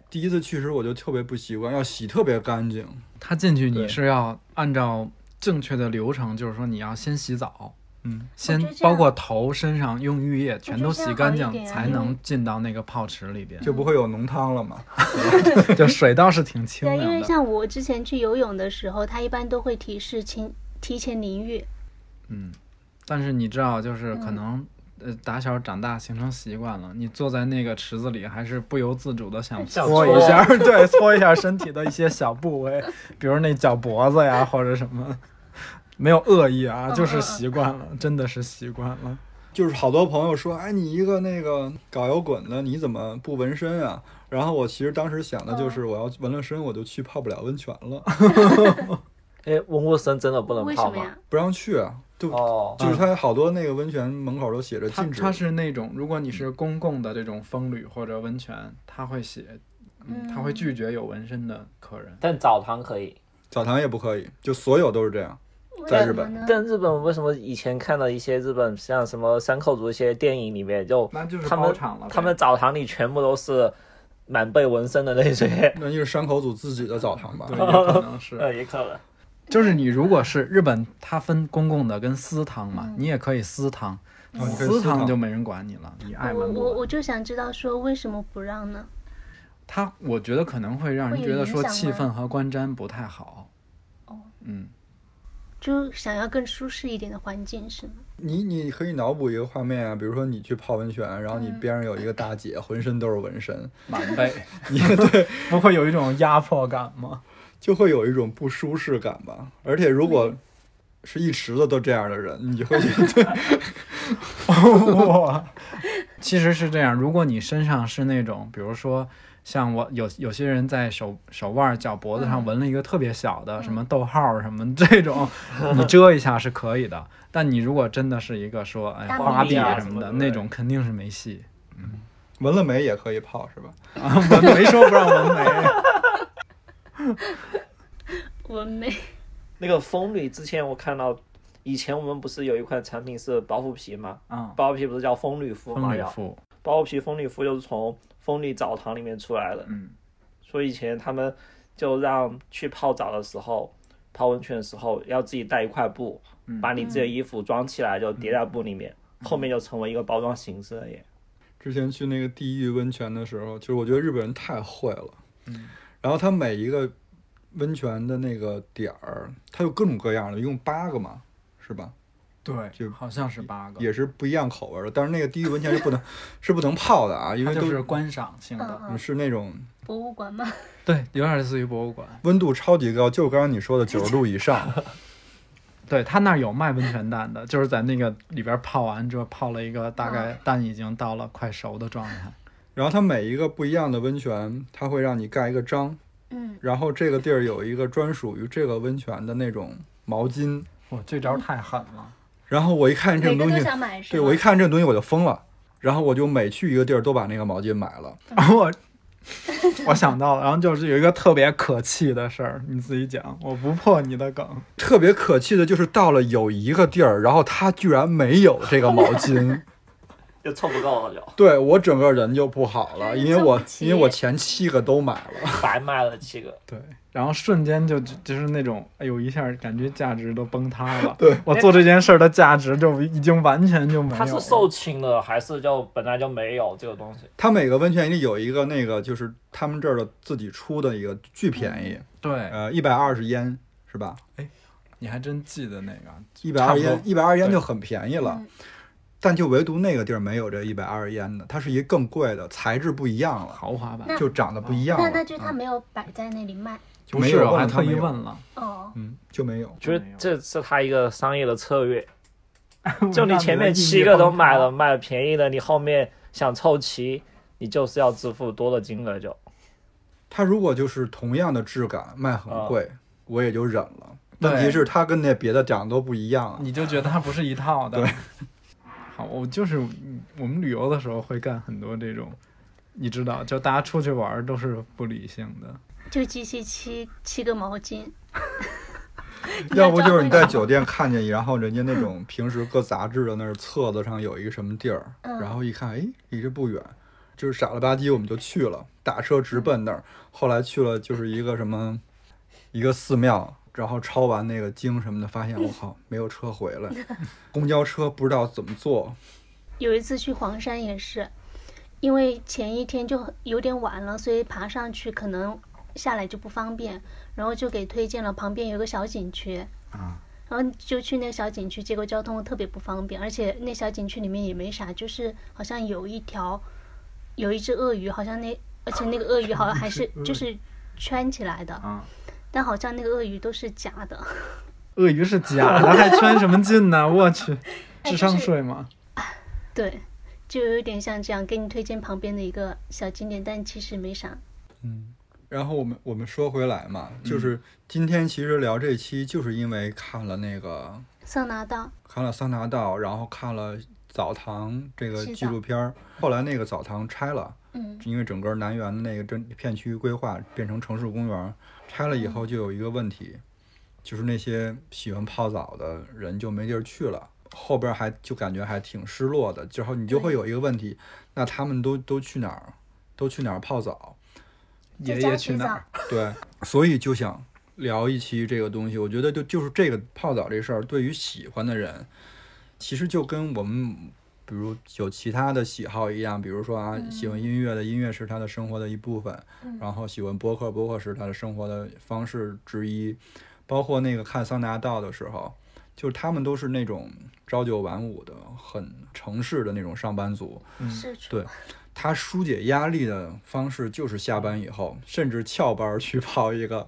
[SPEAKER 4] 第一次去时我就特别不习惯，要洗特别干净，
[SPEAKER 1] 他进去你
[SPEAKER 4] 对
[SPEAKER 1] 是要按照正确的流程，就是说你要先洗澡，
[SPEAKER 4] 嗯，
[SPEAKER 1] 先
[SPEAKER 5] 我哦觉得这
[SPEAKER 1] 包
[SPEAKER 5] 样
[SPEAKER 1] 括头、身上用浴液全都洗干
[SPEAKER 5] 我觉
[SPEAKER 1] 净，
[SPEAKER 5] 得这样好
[SPEAKER 1] 才
[SPEAKER 5] 一点嗯
[SPEAKER 1] 能进到那个泡池里边。
[SPEAKER 4] 就不会有浓汤了嘛。
[SPEAKER 1] 就水倒是挺清
[SPEAKER 5] 对，因
[SPEAKER 1] 凉
[SPEAKER 5] 为
[SPEAKER 1] 的。
[SPEAKER 5] 像我之前去游泳的时候，它一般都会提示请提前淋浴。
[SPEAKER 1] 嗯，但是你知道，就是可能、呃，打小长大形成习惯了，你坐在那个池子里，还是不由自主的想
[SPEAKER 3] 想
[SPEAKER 1] 搓一
[SPEAKER 3] 搓
[SPEAKER 1] 下， 对，搓一下身体的一些小部位，比如那脚脖子呀，或者什么。没有恶意啊，就是习惯了，真的是习惯了。
[SPEAKER 4] 就是好多朋友说，哎，你一个那个搞摇滚的，你怎么不纹身啊？然后我其实当时想的就是，
[SPEAKER 1] 嗯
[SPEAKER 4] 我要纹了身，我就去泡不了温泉了，
[SPEAKER 3] 哎，温过身真的不能
[SPEAKER 5] 为
[SPEAKER 3] 泡
[SPEAKER 5] 什么
[SPEAKER 3] 吗
[SPEAKER 5] 呀？？
[SPEAKER 4] 不让去啊。就
[SPEAKER 3] 哦，
[SPEAKER 4] 就是它好多那个温泉门口都写着
[SPEAKER 1] 它
[SPEAKER 4] 禁止，
[SPEAKER 1] 它嗯是那种，如果你是公共的这种风旅或者温泉，它会写，嗯，它会拒绝有纹身的客人。
[SPEAKER 3] 但澡堂可以。
[SPEAKER 4] 澡堂也不可以，就所有都是这样。在日本，
[SPEAKER 5] 嗯
[SPEAKER 3] 但日本为什么以前看到一些日本像什么山口组一些电影里面，就
[SPEAKER 1] 那就是
[SPEAKER 3] 他
[SPEAKER 1] 包
[SPEAKER 3] 们
[SPEAKER 1] 场了呗
[SPEAKER 3] 他们澡堂里全部都是满背纹身的那 些，
[SPEAKER 4] 那就是山口组自己的澡堂吧
[SPEAKER 1] 对，？ 有可 能是。
[SPEAKER 3] 呃，也可能。
[SPEAKER 1] 就是你如果是日本，它分公共的跟私汤嘛，你也可以私汤，
[SPEAKER 4] 嗯哦你可以
[SPEAKER 1] 私
[SPEAKER 4] 私汤
[SPEAKER 1] 就没人管你了，你爱
[SPEAKER 5] 我
[SPEAKER 1] 闻不
[SPEAKER 5] 我
[SPEAKER 1] 闻。
[SPEAKER 5] 我就想知道说为什么不让呢？
[SPEAKER 1] 它我觉得可能会让人
[SPEAKER 5] 会有
[SPEAKER 1] 觉得
[SPEAKER 5] 影
[SPEAKER 1] 说
[SPEAKER 5] 响
[SPEAKER 1] 气
[SPEAKER 5] 吗哦
[SPEAKER 1] 氛和观瞻不太好。 嗯，
[SPEAKER 5] 就想要更舒适一点的环境是吗？
[SPEAKER 4] 你你可以脑补一个画面啊，比如说你去泡温泉，然后你边上有一个大姐，浑身都是纹身，
[SPEAKER 1] 满 背，
[SPEAKER 4] 你对
[SPEAKER 1] 不会有一种压迫感吗？
[SPEAKER 4] 就会有一种不舒适感吧。而且如果是一池子都这样的人，你会觉得
[SPEAKER 1] 哇， 其实是这样，如果你身上是那种，比如说像我有有些人在手手腕儿、脚脖子上纹了一个特别小的、什么逗号儿什么这种，你遮一下是可以的。但你如果真的是一个说哎
[SPEAKER 5] 大
[SPEAKER 1] 花
[SPEAKER 3] 臂
[SPEAKER 1] 臂
[SPEAKER 3] 啊
[SPEAKER 1] 什
[SPEAKER 3] 什
[SPEAKER 1] 么
[SPEAKER 3] 么
[SPEAKER 1] 的
[SPEAKER 3] 的
[SPEAKER 1] 那种，肯定是没戏。
[SPEAKER 4] 纹了眉也可以泡，是吧？
[SPEAKER 1] 啊，纹没说不让纹眉，
[SPEAKER 5] 我没，
[SPEAKER 3] 那个风吕之前我看到，以前我们不是有一款产品是包袱皮吗？
[SPEAKER 1] 啊，
[SPEAKER 3] 包皮不是叫风吕敷
[SPEAKER 1] 风
[SPEAKER 3] 吗？
[SPEAKER 1] 吕
[SPEAKER 3] 要
[SPEAKER 1] 敷，
[SPEAKER 3] 包皮风吕敷就是从风吕澡堂里面出来的，
[SPEAKER 1] 嗯，
[SPEAKER 3] 所以以前他们就让去泡澡的时候，泡温泉的时候要自己带一块布，
[SPEAKER 1] 嗯
[SPEAKER 3] 把你自己的衣服装起来，就叠在布里面，后面就成为一个包装形式了耶。
[SPEAKER 4] 之前去那个地狱温泉的时候，就是我觉得日本人太会了，然后他每一个温泉的那个点儿，它有各种各样的，一共八个嘛，是吧？
[SPEAKER 1] 对，
[SPEAKER 4] 就
[SPEAKER 1] 好像是八个，
[SPEAKER 4] 也是不一样口味儿的。但是那个地狱温泉是不能 是不能泡的啊，因
[SPEAKER 1] 它
[SPEAKER 4] 为都
[SPEAKER 1] 就是观赏性的，
[SPEAKER 5] 嗯
[SPEAKER 4] 是那种
[SPEAKER 5] 博物馆吗？
[SPEAKER 1] 对，有点类似于博物馆。
[SPEAKER 4] 温度超级高，就是刚刚你说的九十度以上。
[SPEAKER 1] 对他那儿有卖温泉蛋的，就是在那个里边泡完之后泡了一个大概
[SPEAKER 3] 嗯
[SPEAKER 1] 蛋已经到了快熟的状态。
[SPEAKER 4] 然后它每一个不一样的温泉，它会让你盖一个章，
[SPEAKER 5] 嗯，
[SPEAKER 4] 然后这个地儿有一个专属于这个温泉的那种毛巾，
[SPEAKER 1] 我这招太狠 了，
[SPEAKER 4] 然后我一看这
[SPEAKER 5] 每
[SPEAKER 4] 种
[SPEAKER 5] 个
[SPEAKER 4] 东
[SPEAKER 5] 都
[SPEAKER 4] 西，
[SPEAKER 5] 想买是
[SPEAKER 4] 对
[SPEAKER 5] 吗？
[SPEAKER 4] 我一看这种东西我就疯了，然后我就每去一个地儿都把那个毛巾买了。
[SPEAKER 1] 我我想到了，然后就是有一个特别可气的事儿，你自己讲，我不破你的梗。
[SPEAKER 4] 特别可气的就是到了有一个地儿，然后他居然没有这个毛 巾，
[SPEAKER 3] 就凑不够了就
[SPEAKER 4] 对我整个人就不好
[SPEAKER 5] 哎
[SPEAKER 4] 了，因为我
[SPEAKER 2] 凑不齐
[SPEAKER 4] 因为我前七个都买了，
[SPEAKER 3] 白卖了七个。
[SPEAKER 1] 对，然后瞬间就就是那种，哎呦，一下感觉价值都崩塌了。 对我做这件事儿的价值就已经完全就没有
[SPEAKER 3] 他是
[SPEAKER 1] 了。
[SPEAKER 3] 售罄的，还是就本来就没有这个东西？
[SPEAKER 4] 他每个温泉里有一个那个就是他们这儿的自己出的一个巨便宜，
[SPEAKER 5] 嗯
[SPEAKER 1] 对，
[SPEAKER 4] 呃，一百二十烟是吧？
[SPEAKER 1] 你还真记得那个
[SPEAKER 4] 一百二烟，一百二烟
[SPEAKER 1] 对
[SPEAKER 4] 就很便宜
[SPEAKER 5] 嗯
[SPEAKER 4] 了，但就唯独那个地儿没有这一百二烟的，它是一更贵的，材质不一样了，
[SPEAKER 1] 豪华版，
[SPEAKER 5] 那
[SPEAKER 4] 就长得不一样
[SPEAKER 5] 那
[SPEAKER 4] 了，
[SPEAKER 5] 那就是他
[SPEAKER 4] 嗯
[SPEAKER 5] 没有摆在那里卖
[SPEAKER 1] 不
[SPEAKER 4] 没
[SPEAKER 1] 是，
[SPEAKER 4] 有
[SPEAKER 1] 我还
[SPEAKER 4] 问
[SPEAKER 1] 啊
[SPEAKER 4] 他
[SPEAKER 1] 特意
[SPEAKER 4] 没有
[SPEAKER 1] 问了，
[SPEAKER 5] 哦。
[SPEAKER 4] 嗯就没有。
[SPEAKER 3] 觉得这是他一个商业的策 略。就
[SPEAKER 1] 让
[SPEAKER 3] 你
[SPEAKER 1] 的
[SPEAKER 3] 前面
[SPEAKER 1] 意义
[SPEAKER 3] 七个都
[SPEAKER 1] 崩塌
[SPEAKER 3] 买了，，买了便宜的，你后面想凑齐，你就是要支付多的金额就。
[SPEAKER 4] 它如果就是同样的质感卖很贵，我也就忍了。
[SPEAKER 1] 对
[SPEAKER 4] 问题是它跟那别的长得都不一样啊。
[SPEAKER 1] 你就觉得它不是一套的。 好，我就是嗯我们旅游的时候会干很多这种，你知道，就大家出去玩儿都是不理性的。
[SPEAKER 5] 就集齐七七个毛巾，
[SPEAKER 4] 要不就是你在酒店看见，然后人家那种平时搁杂志的那儿册子上有一个什么地儿，然后一看，哎，离这不远，就是傻了吧唧我们就去了，打车直奔那儿。后来去了就是一个什么一个寺庙，然后抄完那个经什么的，发现我靠没有车回来，公交车不知道怎么坐，
[SPEAKER 5] 有一次去黄山也是，因为前一天就很有点晚了，所以爬上去可能下来就不方便，然后就给推荐了旁边有个小景区，
[SPEAKER 1] 啊，
[SPEAKER 5] 然后就去那个小景区，结果交通特别不方便，而且那小景区里面也没啥，就是好像有一条有一只鳄鱼，好像那而且那个 鳄鱼啊好像还是就是圈起来的
[SPEAKER 1] 嗯，
[SPEAKER 5] 但好像那个鳄鱼都是假的，
[SPEAKER 1] 鳄鱼是假的， 还圈什么劲 呢？我去，
[SPEAKER 2] 哎
[SPEAKER 1] 智
[SPEAKER 2] 就
[SPEAKER 1] 商
[SPEAKER 2] 是
[SPEAKER 1] 税吗？
[SPEAKER 5] 对，就有点像这样给你推荐旁边的一个小景点，但其实没啥。
[SPEAKER 4] 然后我们我们说回来嘛，就是今天其实聊这期，就是因为看了那个
[SPEAKER 5] 桑拿道，
[SPEAKER 4] 看了桑拿道，然后看了澡堂这个
[SPEAKER 5] 洗澡
[SPEAKER 4] 纪录片儿。后来那个澡堂拆了，
[SPEAKER 5] 嗯，
[SPEAKER 4] 因为整个南园的那个真片区规划变成城市公园，拆了以
[SPEAKER 5] 嗯
[SPEAKER 4] 后就有一个问题，就是那些喜欢泡澡的人就没地儿去了。后边还就感觉还挺失落的，之后你就会有一个问题，那他们都都去哪儿，都去哪儿泡澡？
[SPEAKER 5] 在
[SPEAKER 1] 爷
[SPEAKER 5] 家
[SPEAKER 1] 爷去
[SPEAKER 5] 洗
[SPEAKER 1] 哪
[SPEAKER 5] 澡
[SPEAKER 1] 儿？，
[SPEAKER 4] 对，所以就想聊一期这个东西。我觉得就就是这个泡澡这事儿，对于喜欢的人，其实就跟我们比如有其他的喜好一样，比如说啊，喜欢音乐的音乐是他的生活的一部分，然后喜欢播客，播客是他的生活的方式之一，包括那个看桑拿道的时候。就是他们都是那种朝九晚五的、很城市的那种上班族，
[SPEAKER 5] 是出
[SPEAKER 4] 对他疏解压力的方式就是下班以后，甚至翘班儿去泡一个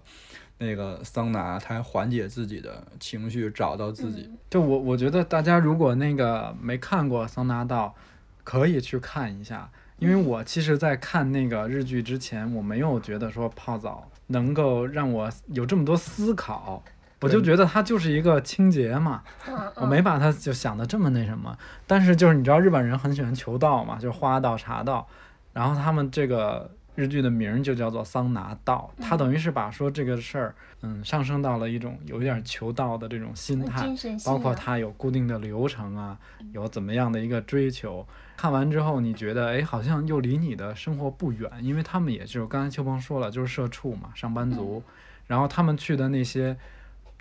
[SPEAKER 4] 那个桑拿，他缓解自己的情绪，找到自己。
[SPEAKER 1] 就我我觉得大家如果那个没看过《桑拿道》，可以去看一下，因为我其实，在看那个日剧之前，我没有觉得说泡澡能够让我有这么多思考，我就觉得它就是一个清洁嘛，
[SPEAKER 2] 嗯
[SPEAKER 1] 我没把它就想的这么那什么。但是就是你知道日本人很喜欢求道嘛，就花道、茶道，然后他们这个。日剧的名儿就叫做桑拿道，它等于是把说这个事儿，嗯，上升到了一种有点求道的这种心态，
[SPEAKER 5] 精神
[SPEAKER 1] 嗯包
[SPEAKER 5] 信
[SPEAKER 1] 括
[SPEAKER 5] 仰。
[SPEAKER 1] 它有固定的流程啊，
[SPEAKER 5] 嗯
[SPEAKER 1] 有怎么样的一个追求。看完之后，你觉得哎，好像又离你的生活不远，因为他们也就刚才秋鹏说了，就是社畜嘛，上班族，
[SPEAKER 5] 嗯
[SPEAKER 1] 然后他们去的那些。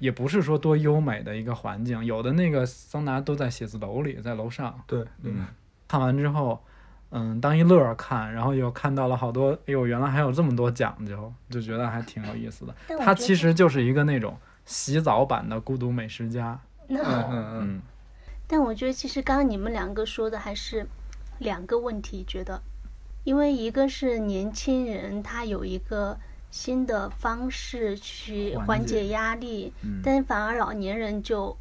[SPEAKER 1] 也不是说多优美的一个环境，有的那个桑拿都在写字楼里，在楼上。
[SPEAKER 4] 对，嗯，
[SPEAKER 1] 看完之后，嗯，当一乐儿看，然后又看到了好多，哎呦，原来还有这么多讲究，就觉得还挺有意思的。
[SPEAKER 5] 但我
[SPEAKER 1] 它
[SPEAKER 5] 觉
[SPEAKER 1] 其
[SPEAKER 5] 得
[SPEAKER 1] 实就是一个那种洗澡版的《孤独美食家》。
[SPEAKER 5] 那
[SPEAKER 4] 嗯嗯嗯，
[SPEAKER 1] 嗯，
[SPEAKER 5] 但我觉得其实刚刚你们两个说的还是两个问题，觉得，因为一个是年轻人他有一个新的方式去
[SPEAKER 1] 缓
[SPEAKER 5] 缓
[SPEAKER 1] 解嗯
[SPEAKER 5] 解压力，但反而老年人就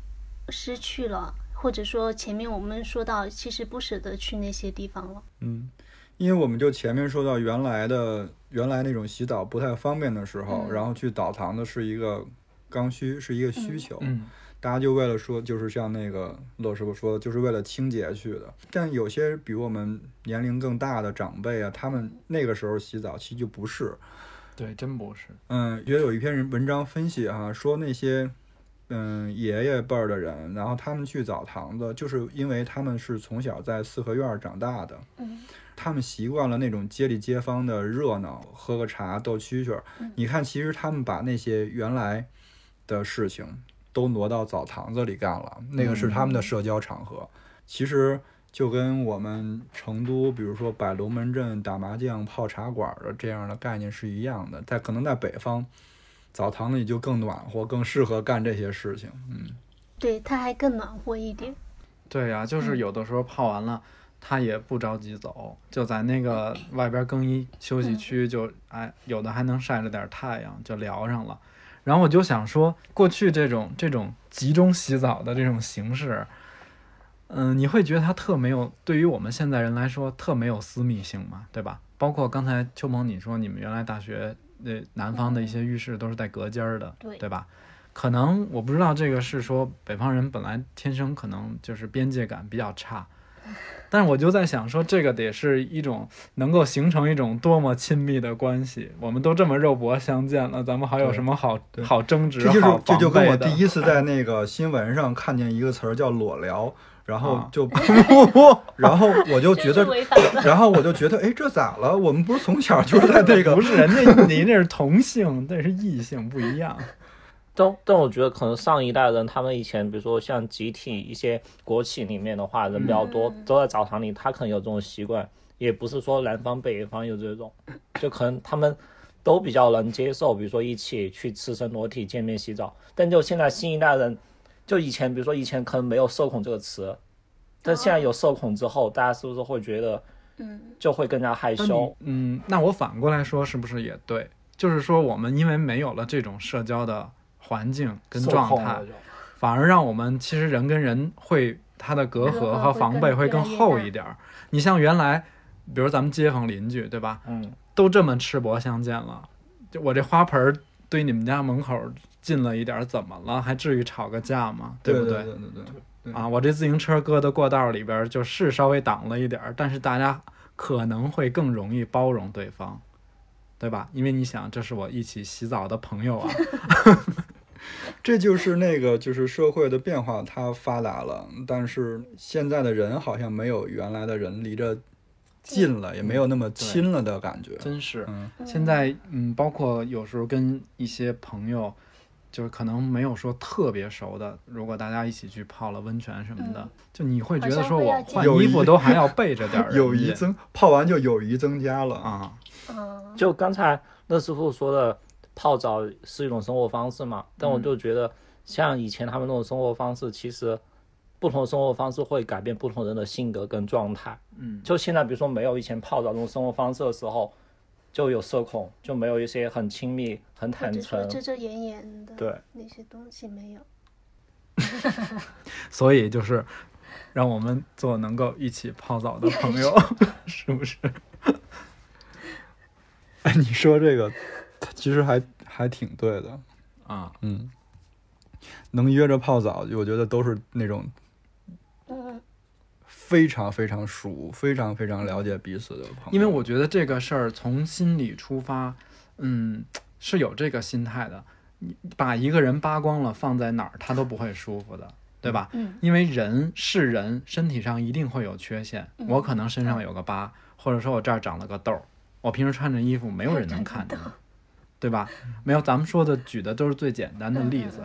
[SPEAKER 5] 失去了，或者说前面我们说到，其实不舍得去那些地方了。
[SPEAKER 4] 嗯，因为我们就前面说到原来的原来那种洗澡不太方便的时候，
[SPEAKER 2] 嗯
[SPEAKER 4] 然后去澡堂的是一个刚需，是一个需求，
[SPEAKER 1] 嗯
[SPEAKER 4] 大家就为了说，就是像那个乐师傅说的，就是为了清洁去的。但有些比我们年龄更大的长辈啊，他们那个时候洗澡其实就不是，
[SPEAKER 1] 对，真不是，
[SPEAKER 4] 嗯，也有一篇人文章分析哈、说那些嗯爷爷辈儿的人，然后他们去澡堂子，就是因为他们是从小在四合院儿长大的，
[SPEAKER 2] 嗯
[SPEAKER 4] 他们习惯了那种街里街坊的热闹，喝个茶斗蛐蛐儿。你看，其实他们把那些原来的事情都挪到澡堂子里干了，那个是他们的社交场合。其实就跟我们成都，比如说摆龙门阵、打麻将、泡茶馆儿的这样的概念是一样的，在可能在北方。澡堂里就更暖和，更适合干这些事情。嗯，
[SPEAKER 5] 对，它还更暖和一点。
[SPEAKER 1] 对呀、就是有的时候泡完了，他也不着急走，就在那个外边更衣休息区就，哎，有的还能晒着点太阳，就聊上了。然后我就想说，过去这种这种集中洗澡的这种形式，嗯、你会觉得它特没有，对于我们现在人来说特没有私密性嘛，对吧？包括刚才秋萌你说你们原来大学那南方的一些浴室都是带隔间儿的，
[SPEAKER 2] 对
[SPEAKER 1] 对吧？可能我不知道这个是说北方人本来天生可能就是边界感比较差，但是我就在想说，这个得是一种能够形成一种多么亲密的关系，我们都这么肉搏相见了，咱们还有
[SPEAKER 4] 对
[SPEAKER 1] 什么好
[SPEAKER 4] 对
[SPEAKER 1] 好争执？
[SPEAKER 4] 这就是
[SPEAKER 1] 好
[SPEAKER 4] 这就跟我
[SPEAKER 1] 防备的
[SPEAKER 4] 第一次在那个新闻上看见一个词儿叫“裸聊”，然后
[SPEAKER 1] 啊
[SPEAKER 4] 就，然后我就觉
[SPEAKER 2] 真
[SPEAKER 4] 得
[SPEAKER 2] 是违法了。
[SPEAKER 4] 然后我就觉得，哎，这咋了？我们不是从小就是在 这个
[SPEAKER 1] 不是人家你 那是同性，那是异性不一样。
[SPEAKER 3] 但但我觉得可能上一代人，他们以前比如说像集体一些国企里面的话，人比较多，都在澡堂里，他可能有这种习惯，也不是说南方北方有这种，就可能他们都比较能接受，比如说一起去赤身裸体见面洗澡。但就现在新一代人，就以前比如说以前可能没有社恐这个词，但现在有社恐之后，大家是不是会觉得，
[SPEAKER 5] 嗯，
[SPEAKER 3] 就会更加害
[SPEAKER 1] 那你
[SPEAKER 3] 羞？
[SPEAKER 1] 嗯，那我反过来说，是不是也对？就是说，我们因为没有了这种社交的环境跟
[SPEAKER 3] 受
[SPEAKER 1] 状
[SPEAKER 3] 控
[SPEAKER 1] 态
[SPEAKER 3] 了，就
[SPEAKER 1] 反而让我们其实人跟人会它的隔
[SPEAKER 5] 隔
[SPEAKER 1] 阂
[SPEAKER 5] 阂
[SPEAKER 1] 和
[SPEAKER 5] 会
[SPEAKER 1] 防
[SPEAKER 5] 更
[SPEAKER 1] 备会
[SPEAKER 5] 越
[SPEAKER 1] 更
[SPEAKER 5] 来越
[SPEAKER 1] 厚
[SPEAKER 5] 大
[SPEAKER 1] 一点儿。你像原来，比如咱们街坊邻居，对吧？
[SPEAKER 3] 嗯，
[SPEAKER 1] 都这么赤膊相见了，就我这花盆儿堆你们家门口儿近了一点儿，怎么了？还至于吵个架吗？
[SPEAKER 4] 对
[SPEAKER 1] 不
[SPEAKER 4] 对对对对，
[SPEAKER 1] 啊，我这自行车搁到过道里边，就是稍微挡了一点儿，但是大家可能会更容易包容对方，对吧？因为你想，这是我一起洗澡的朋友啊，
[SPEAKER 4] 这就是那个就是社会的变化，它发达了，但是现在的人好像没有原来的人离着近了，也没有那么亲了的感觉。
[SPEAKER 1] 真是。
[SPEAKER 4] 嗯，
[SPEAKER 1] 现在，嗯，包括有时候跟一些朋友，就是可能没有说特别熟的，如果大家一起去泡了温泉什么的，就你会觉
[SPEAKER 5] 嗯好
[SPEAKER 1] 得
[SPEAKER 5] 像
[SPEAKER 1] 说
[SPEAKER 5] 会
[SPEAKER 1] 我
[SPEAKER 5] 要
[SPEAKER 1] 换
[SPEAKER 4] 有
[SPEAKER 1] 衣
[SPEAKER 4] 一
[SPEAKER 1] 服 都还要背着点儿人
[SPEAKER 4] 友谊
[SPEAKER 1] 家
[SPEAKER 4] 增泡完就友谊增加了。
[SPEAKER 1] 啊，
[SPEAKER 5] 嗯，
[SPEAKER 3] 就刚才乐师傅说的，泡澡是一种生活方式嘛，但
[SPEAKER 1] 嗯
[SPEAKER 3] 我就觉得，像以前他们那种生活方式，其实不同的生活方式会改变不同人的性格跟状态。
[SPEAKER 1] 嗯，
[SPEAKER 3] 就现在，比如说没有以前泡澡那种生活方式的时候，就有社恐，就没有一些很亲密、很
[SPEAKER 5] 或
[SPEAKER 3] 坦
[SPEAKER 5] 者说
[SPEAKER 3] 诚。
[SPEAKER 5] 遮遮掩掩的，
[SPEAKER 3] 对，
[SPEAKER 5] 那些东西没有。
[SPEAKER 1] 所以就是让我们做能够一起泡澡的朋 友，是不是？
[SPEAKER 4] 哎，你说这个，其实还还挺对的。
[SPEAKER 1] 啊，
[SPEAKER 4] 嗯，能约着泡澡，我觉得都是那种
[SPEAKER 5] 嗯，
[SPEAKER 4] 非常非常熟、非常非常了解彼此的朋友。
[SPEAKER 1] 因为我觉得这个事儿从心里出发，嗯，是有这个心态的。你把一个人扒光了放在哪儿，他都不会舒服的，对吧？
[SPEAKER 5] 嗯，
[SPEAKER 1] 因为人是人，身体上一定会有缺陷。我可能身上有个疤，或者说我这儿长了个痘儿，我平时穿着衣服没有人能看见，对吧？没有，咱们说的举的都是最简单的例子。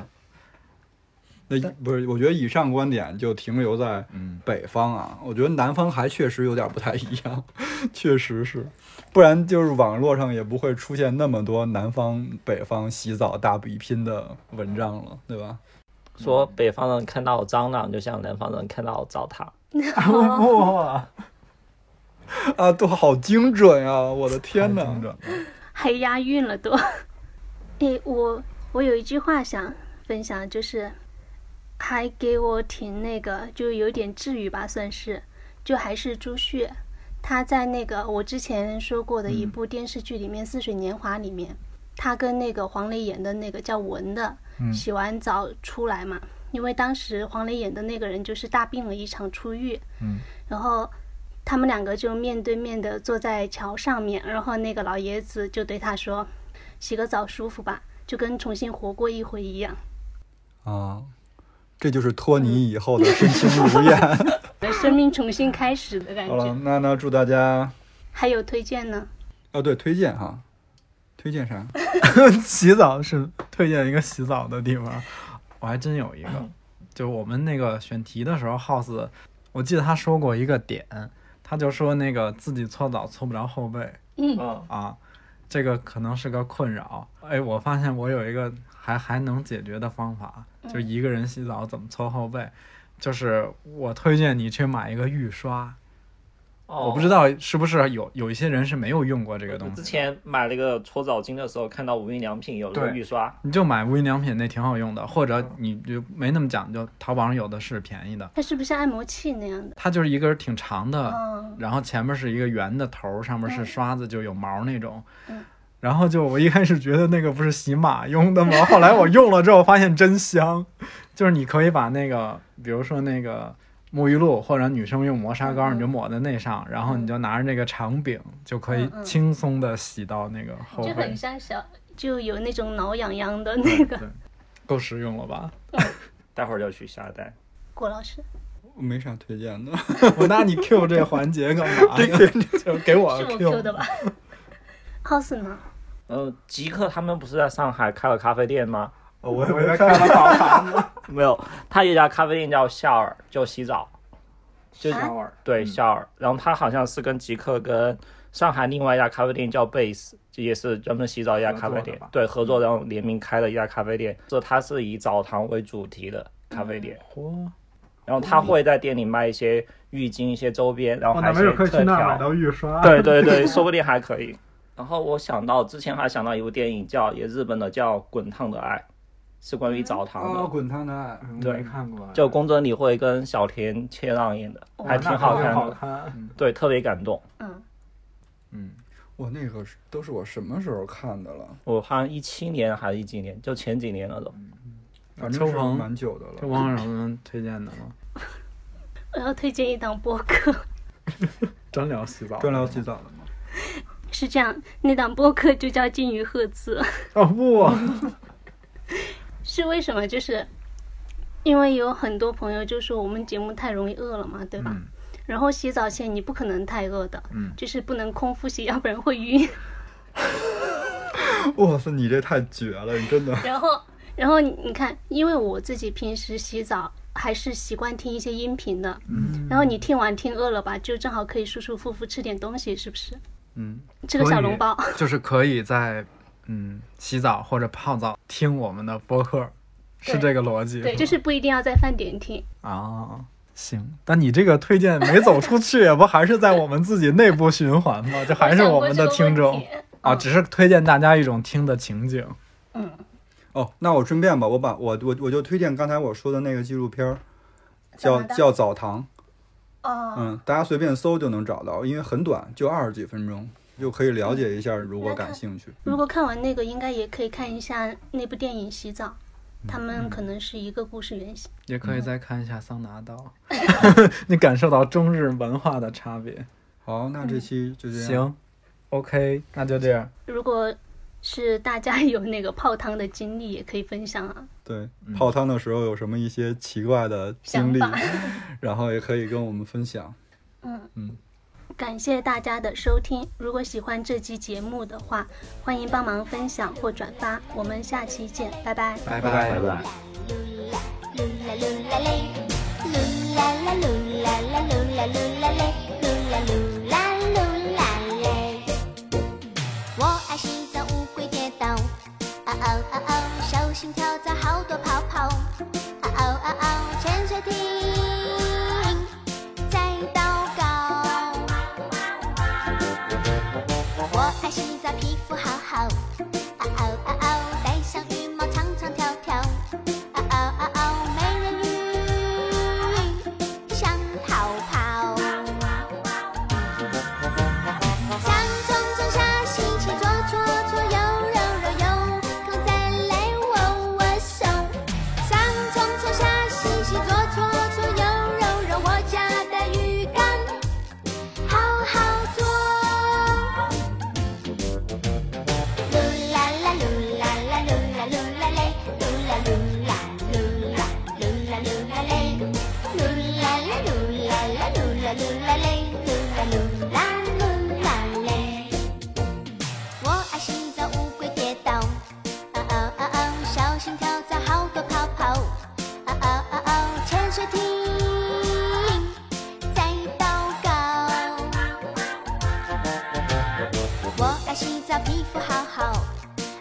[SPEAKER 4] 那一不是，我觉得以上观点就停留在
[SPEAKER 1] 嗯
[SPEAKER 4] 北方啊，我觉得南方还确实有点不太一样， 确实是，不然就是网络上也不会出现那么多南方北方洗澡大比拼的文章了，对吧？
[SPEAKER 3] 说北方人看到蟑螂，就像南方人看到澡堂。
[SPEAKER 1] 哇，
[SPEAKER 4] 啊，都好精准啊！我的天哪，
[SPEAKER 5] 还押韵 了都。哎，我我有一句话想分享，就是还给我挺那个，就有点治愈吧，算是，就还是朱旭他在那个我之前说过的
[SPEAKER 4] 嗯
[SPEAKER 5] 一部电视剧里面，似水年华》里面，他跟那个黄磊演的那个叫文的，
[SPEAKER 4] 嗯
[SPEAKER 5] 洗完澡出来嘛，因为当时黄磊演的那个人就是大病了一场出狱，
[SPEAKER 4] 嗯，
[SPEAKER 5] 然后他们两个就面对面的坐在桥上面，然后那个老爷子就对他说：“洗个澡舒服吧，就跟重新活过一回一样。”
[SPEAKER 4] 啊，这就是托尼以后的身轻如燕。
[SPEAKER 5] 生命重新开始的感
[SPEAKER 4] 嗯好了，
[SPEAKER 5] 觉。
[SPEAKER 4] 那那祝大家
[SPEAKER 5] 还有推荐呢？
[SPEAKER 4] 哦，对，推荐哈，推荐啥？
[SPEAKER 1] 洗澡是推荐一个洗澡的地方，我还真有一个，
[SPEAKER 3] 嗯
[SPEAKER 1] 就是我们那个选题的时候，House，我记得他说过一个点，他就说那个自己搓澡搓不着后背
[SPEAKER 3] 嗯，
[SPEAKER 1] 啊，这个可能是个困扰。哎，我发现我有一个还还能解决的方法，
[SPEAKER 3] 嗯
[SPEAKER 1] 就一个人洗澡怎么搓后背，就是我推荐你去买一个浴刷，
[SPEAKER 3] 哦
[SPEAKER 1] 我不知道是不是有有一些人是没有用过这个
[SPEAKER 3] 我
[SPEAKER 1] 东
[SPEAKER 3] 之
[SPEAKER 1] 西。
[SPEAKER 3] 前买了一个搓澡巾的时候，看到无印良品有这个
[SPEAKER 1] 对
[SPEAKER 3] 预刷，
[SPEAKER 1] 你就买无印良品那挺好用的，或者你就没那么讲究，淘宝上有的是便宜的。
[SPEAKER 5] 它是不是像按摩器那样的？
[SPEAKER 1] 它就是一根儿挺长的，
[SPEAKER 5] 嗯，
[SPEAKER 1] 然后前面是一个圆的头儿，上面是刷子，就有毛那种。然后就我一开始觉得那个不是洗马用的吗？后 来我用了之后发现真香，就是你可以把那个，比如说那个沐浴露或者女生用磨砂膏，你就抹在那上，然后你就拿着那个长柄就可以轻松的洗到那个后
[SPEAKER 2] 就
[SPEAKER 1] 背
[SPEAKER 2] 很，像小
[SPEAKER 5] 就有那种挠痒痒的那个。
[SPEAKER 1] 够实用了吧？
[SPEAKER 3] 待会儿就去下单。
[SPEAKER 5] 郭老师，
[SPEAKER 4] 我没啥推荐的。
[SPEAKER 1] 我那你 Q 这环节干 嘛呀？就给我
[SPEAKER 2] 是我
[SPEAKER 1] Q
[SPEAKER 2] Q 的吧？
[SPEAKER 5] house 呢？
[SPEAKER 3] 嗯，极客他们不是在上海开了咖啡店吗？
[SPEAKER 1] 哦
[SPEAKER 4] 我我在看 了澡堂子。
[SPEAKER 3] 没有，他有一家咖啡店叫夏尔，就洗澡，就
[SPEAKER 5] 小
[SPEAKER 3] 尔，
[SPEAKER 1] 嗯
[SPEAKER 3] 对夏尔。然后他好像是跟极客跟上海另外一家咖啡店叫 Base，这也是专门洗澡一家咖
[SPEAKER 1] 合
[SPEAKER 3] 啡
[SPEAKER 1] 作
[SPEAKER 3] 店
[SPEAKER 1] 的吧，
[SPEAKER 3] 对合作然后联名开了一家咖啡店，这它是以澡堂为主题的咖啡店。
[SPEAKER 1] 哦
[SPEAKER 3] 然后他会在店里卖一些浴巾、一些周边，
[SPEAKER 1] 哦
[SPEAKER 3] 然后还有一些特调。
[SPEAKER 1] 浴刷
[SPEAKER 3] 对对对，说不定还可以。 然后我想到之前还想到一部电影叫也日本的叫《滚烫的爱》，是关于澡堂的。
[SPEAKER 4] 啊，滚烫的爱。
[SPEAKER 3] 对
[SPEAKER 1] 嗯没看过，
[SPEAKER 3] 就宫泽理惠跟小田切让演的，
[SPEAKER 1] 哦
[SPEAKER 3] 还挺好看的，
[SPEAKER 1] 看。
[SPEAKER 3] 对，特别感动。
[SPEAKER 5] 嗯，
[SPEAKER 1] 嗯，
[SPEAKER 4] 我那个是都是我什么时候看的了？
[SPEAKER 3] 我好像一七年还是一几年，就前几年了都。
[SPEAKER 4] 反正是
[SPEAKER 1] 秋鹏
[SPEAKER 4] 蛮久的
[SPEAKER 1] 这
[SPEAKER 4] 了。
[SPEAKER 1] 网友们推荐的吗？
[SPEAKER 5] 我要推荐一档播客，
[SPEAKER 1] 专聊洗澡，
[SPEAKER 4] 专聊洗澡的吗？
[SPEAKER 5] 是这样，那档播客就叫《金鱼赫兹》。
[SPEAKER 1] 哦不，
[SPEAKER 5] 是为什么？就是因为有很多朋友就说我们节目太容易饿了嘛，对吧？
[SPEAKER 1] 嗯
[SPEAKER 5] 然后洗澡前你不可能太饿的，
[SPEAKER 1] 嗯
[SPEAKER 5] 就是不能空腹洗，要不然会晕。
[SPEAKER 4] 哇塞，你这太绝了，你真的。
[SPEAKER 5] 然后，然后你你看，因为我自己平时洗澡还是习惯听一些音频的，
[SPEAKER 1] 嗯
[SPEAKER 5] 然后你听完听饿了吧，就正好可以舒舒服服吃点东西，是不是？
[SPEAKER 4] 嗯，
[SPEAKER 5] 吃个小笼包，
[SPEAKER 1] 就是可以在嗯洗澡或者泡澡听我们的播客，是
[SPEAKER 2] 对
[SPEAKER 1] 这个逻辑吗。
[SPEAKER 2] 对
[SPEAKER 5] 就是不一定要在饭点听。
[SPEAKER 1] 啊，行，但你这个推荐没走出去，不还是在我们自己内部循环吗？就还是我们的听
[SPEAKER 2] 我想过这个问
[SPEAKER 1] 众
[SPEAKER 2] 题
[SPEAKER 1] 啊，只是推荐大家一种听的情景。
[SPEAKER 4] 哦，那我顺便吧，我把我我我就推荐刚才我说的那个纪录片儿，
[SPEAKER 5] 怎
[SPEAKER 4] 叫
[SPEAKER 5] 么的
[SPEAKER 4] 叫澡堂。
[SPEAKER 5] 哦，
[SPEAKER 4] 嗯，大家随便搜就能找到，因为很短，就二十几分钟，就可以了解一下。如果感兴趣，
[SPEAKER 5] 如果看完那个，应该也可以看一下那部电影《洗澡》，他
[SPEAKER 1] 嗯
[SPEAKER 5] 们可能是一个故事原型。
[SPEAKER 1] 也可以再看一下桑拿道，嗯 你感受到中日文化的差别。
[SPEAKER 4] 好，那这期就这样。
[SPEAKER 1] 行，OK，那就这样。
[SPEAKER 5] 如果是大家 有那个泡汤的经历，也可以分享啊。
[SPEAKER 4] 对，泡汤的时候有什么一些奇怪的经历
[SPEAKER 2] 嗯想法，
[SPEAKER 4] 然后也可以跟我们分享。
[SPEAKER 5] 感谢大家的收听，如果喜欢这期节目的话，欢迎帮忙分享或转发。我们下期见，拜拜。
[SPEAKER 1] 拜拜。
[SPEAKER 3] 拜拜。
[SPEAKER 6] 噜啦嘞，噜啦啦噜啦啦噜啦噜啦嘞，噜啦噜啦噜啦嘞。我爱洗澡，乌龟跌倒，啊哦啊哦，手心跳蚤好多泡泡，啊哦啊哦，潜水艇在祷告。我爱洗澡，皮肤好好，啊哦啊哦，戴上浴帽唱唱跳跳，啊哦啊啊澡皮肤好好，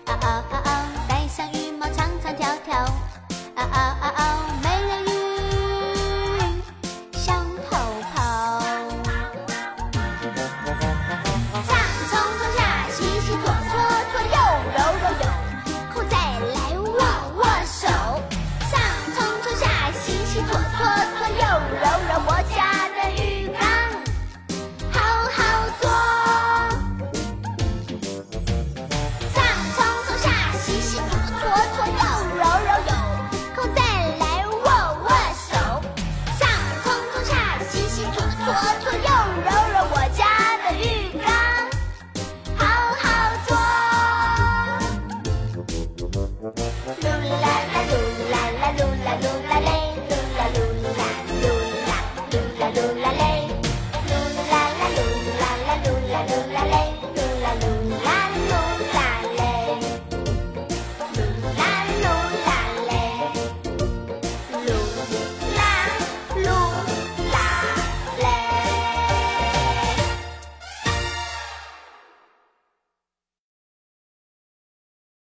[SPEAKER 6] 哦哦哦哦，戴上浴帽唱唱跳跳，哦哦哦哦，美人鱼向后跑。上冲冲下洗洗左搓搓右揉揉右，裤再来握握手。上冲冲下洗洗左搓搓右揉揉，我家的浴缸好好做。上冲冲下洗洗左搓搓右揉揉右，空再来握握手。上冲冲下洗洗左搓搓右揉揉，我家的浴缸好好做。噜啦啦噜啦啦噜啦噜啦嘞，噜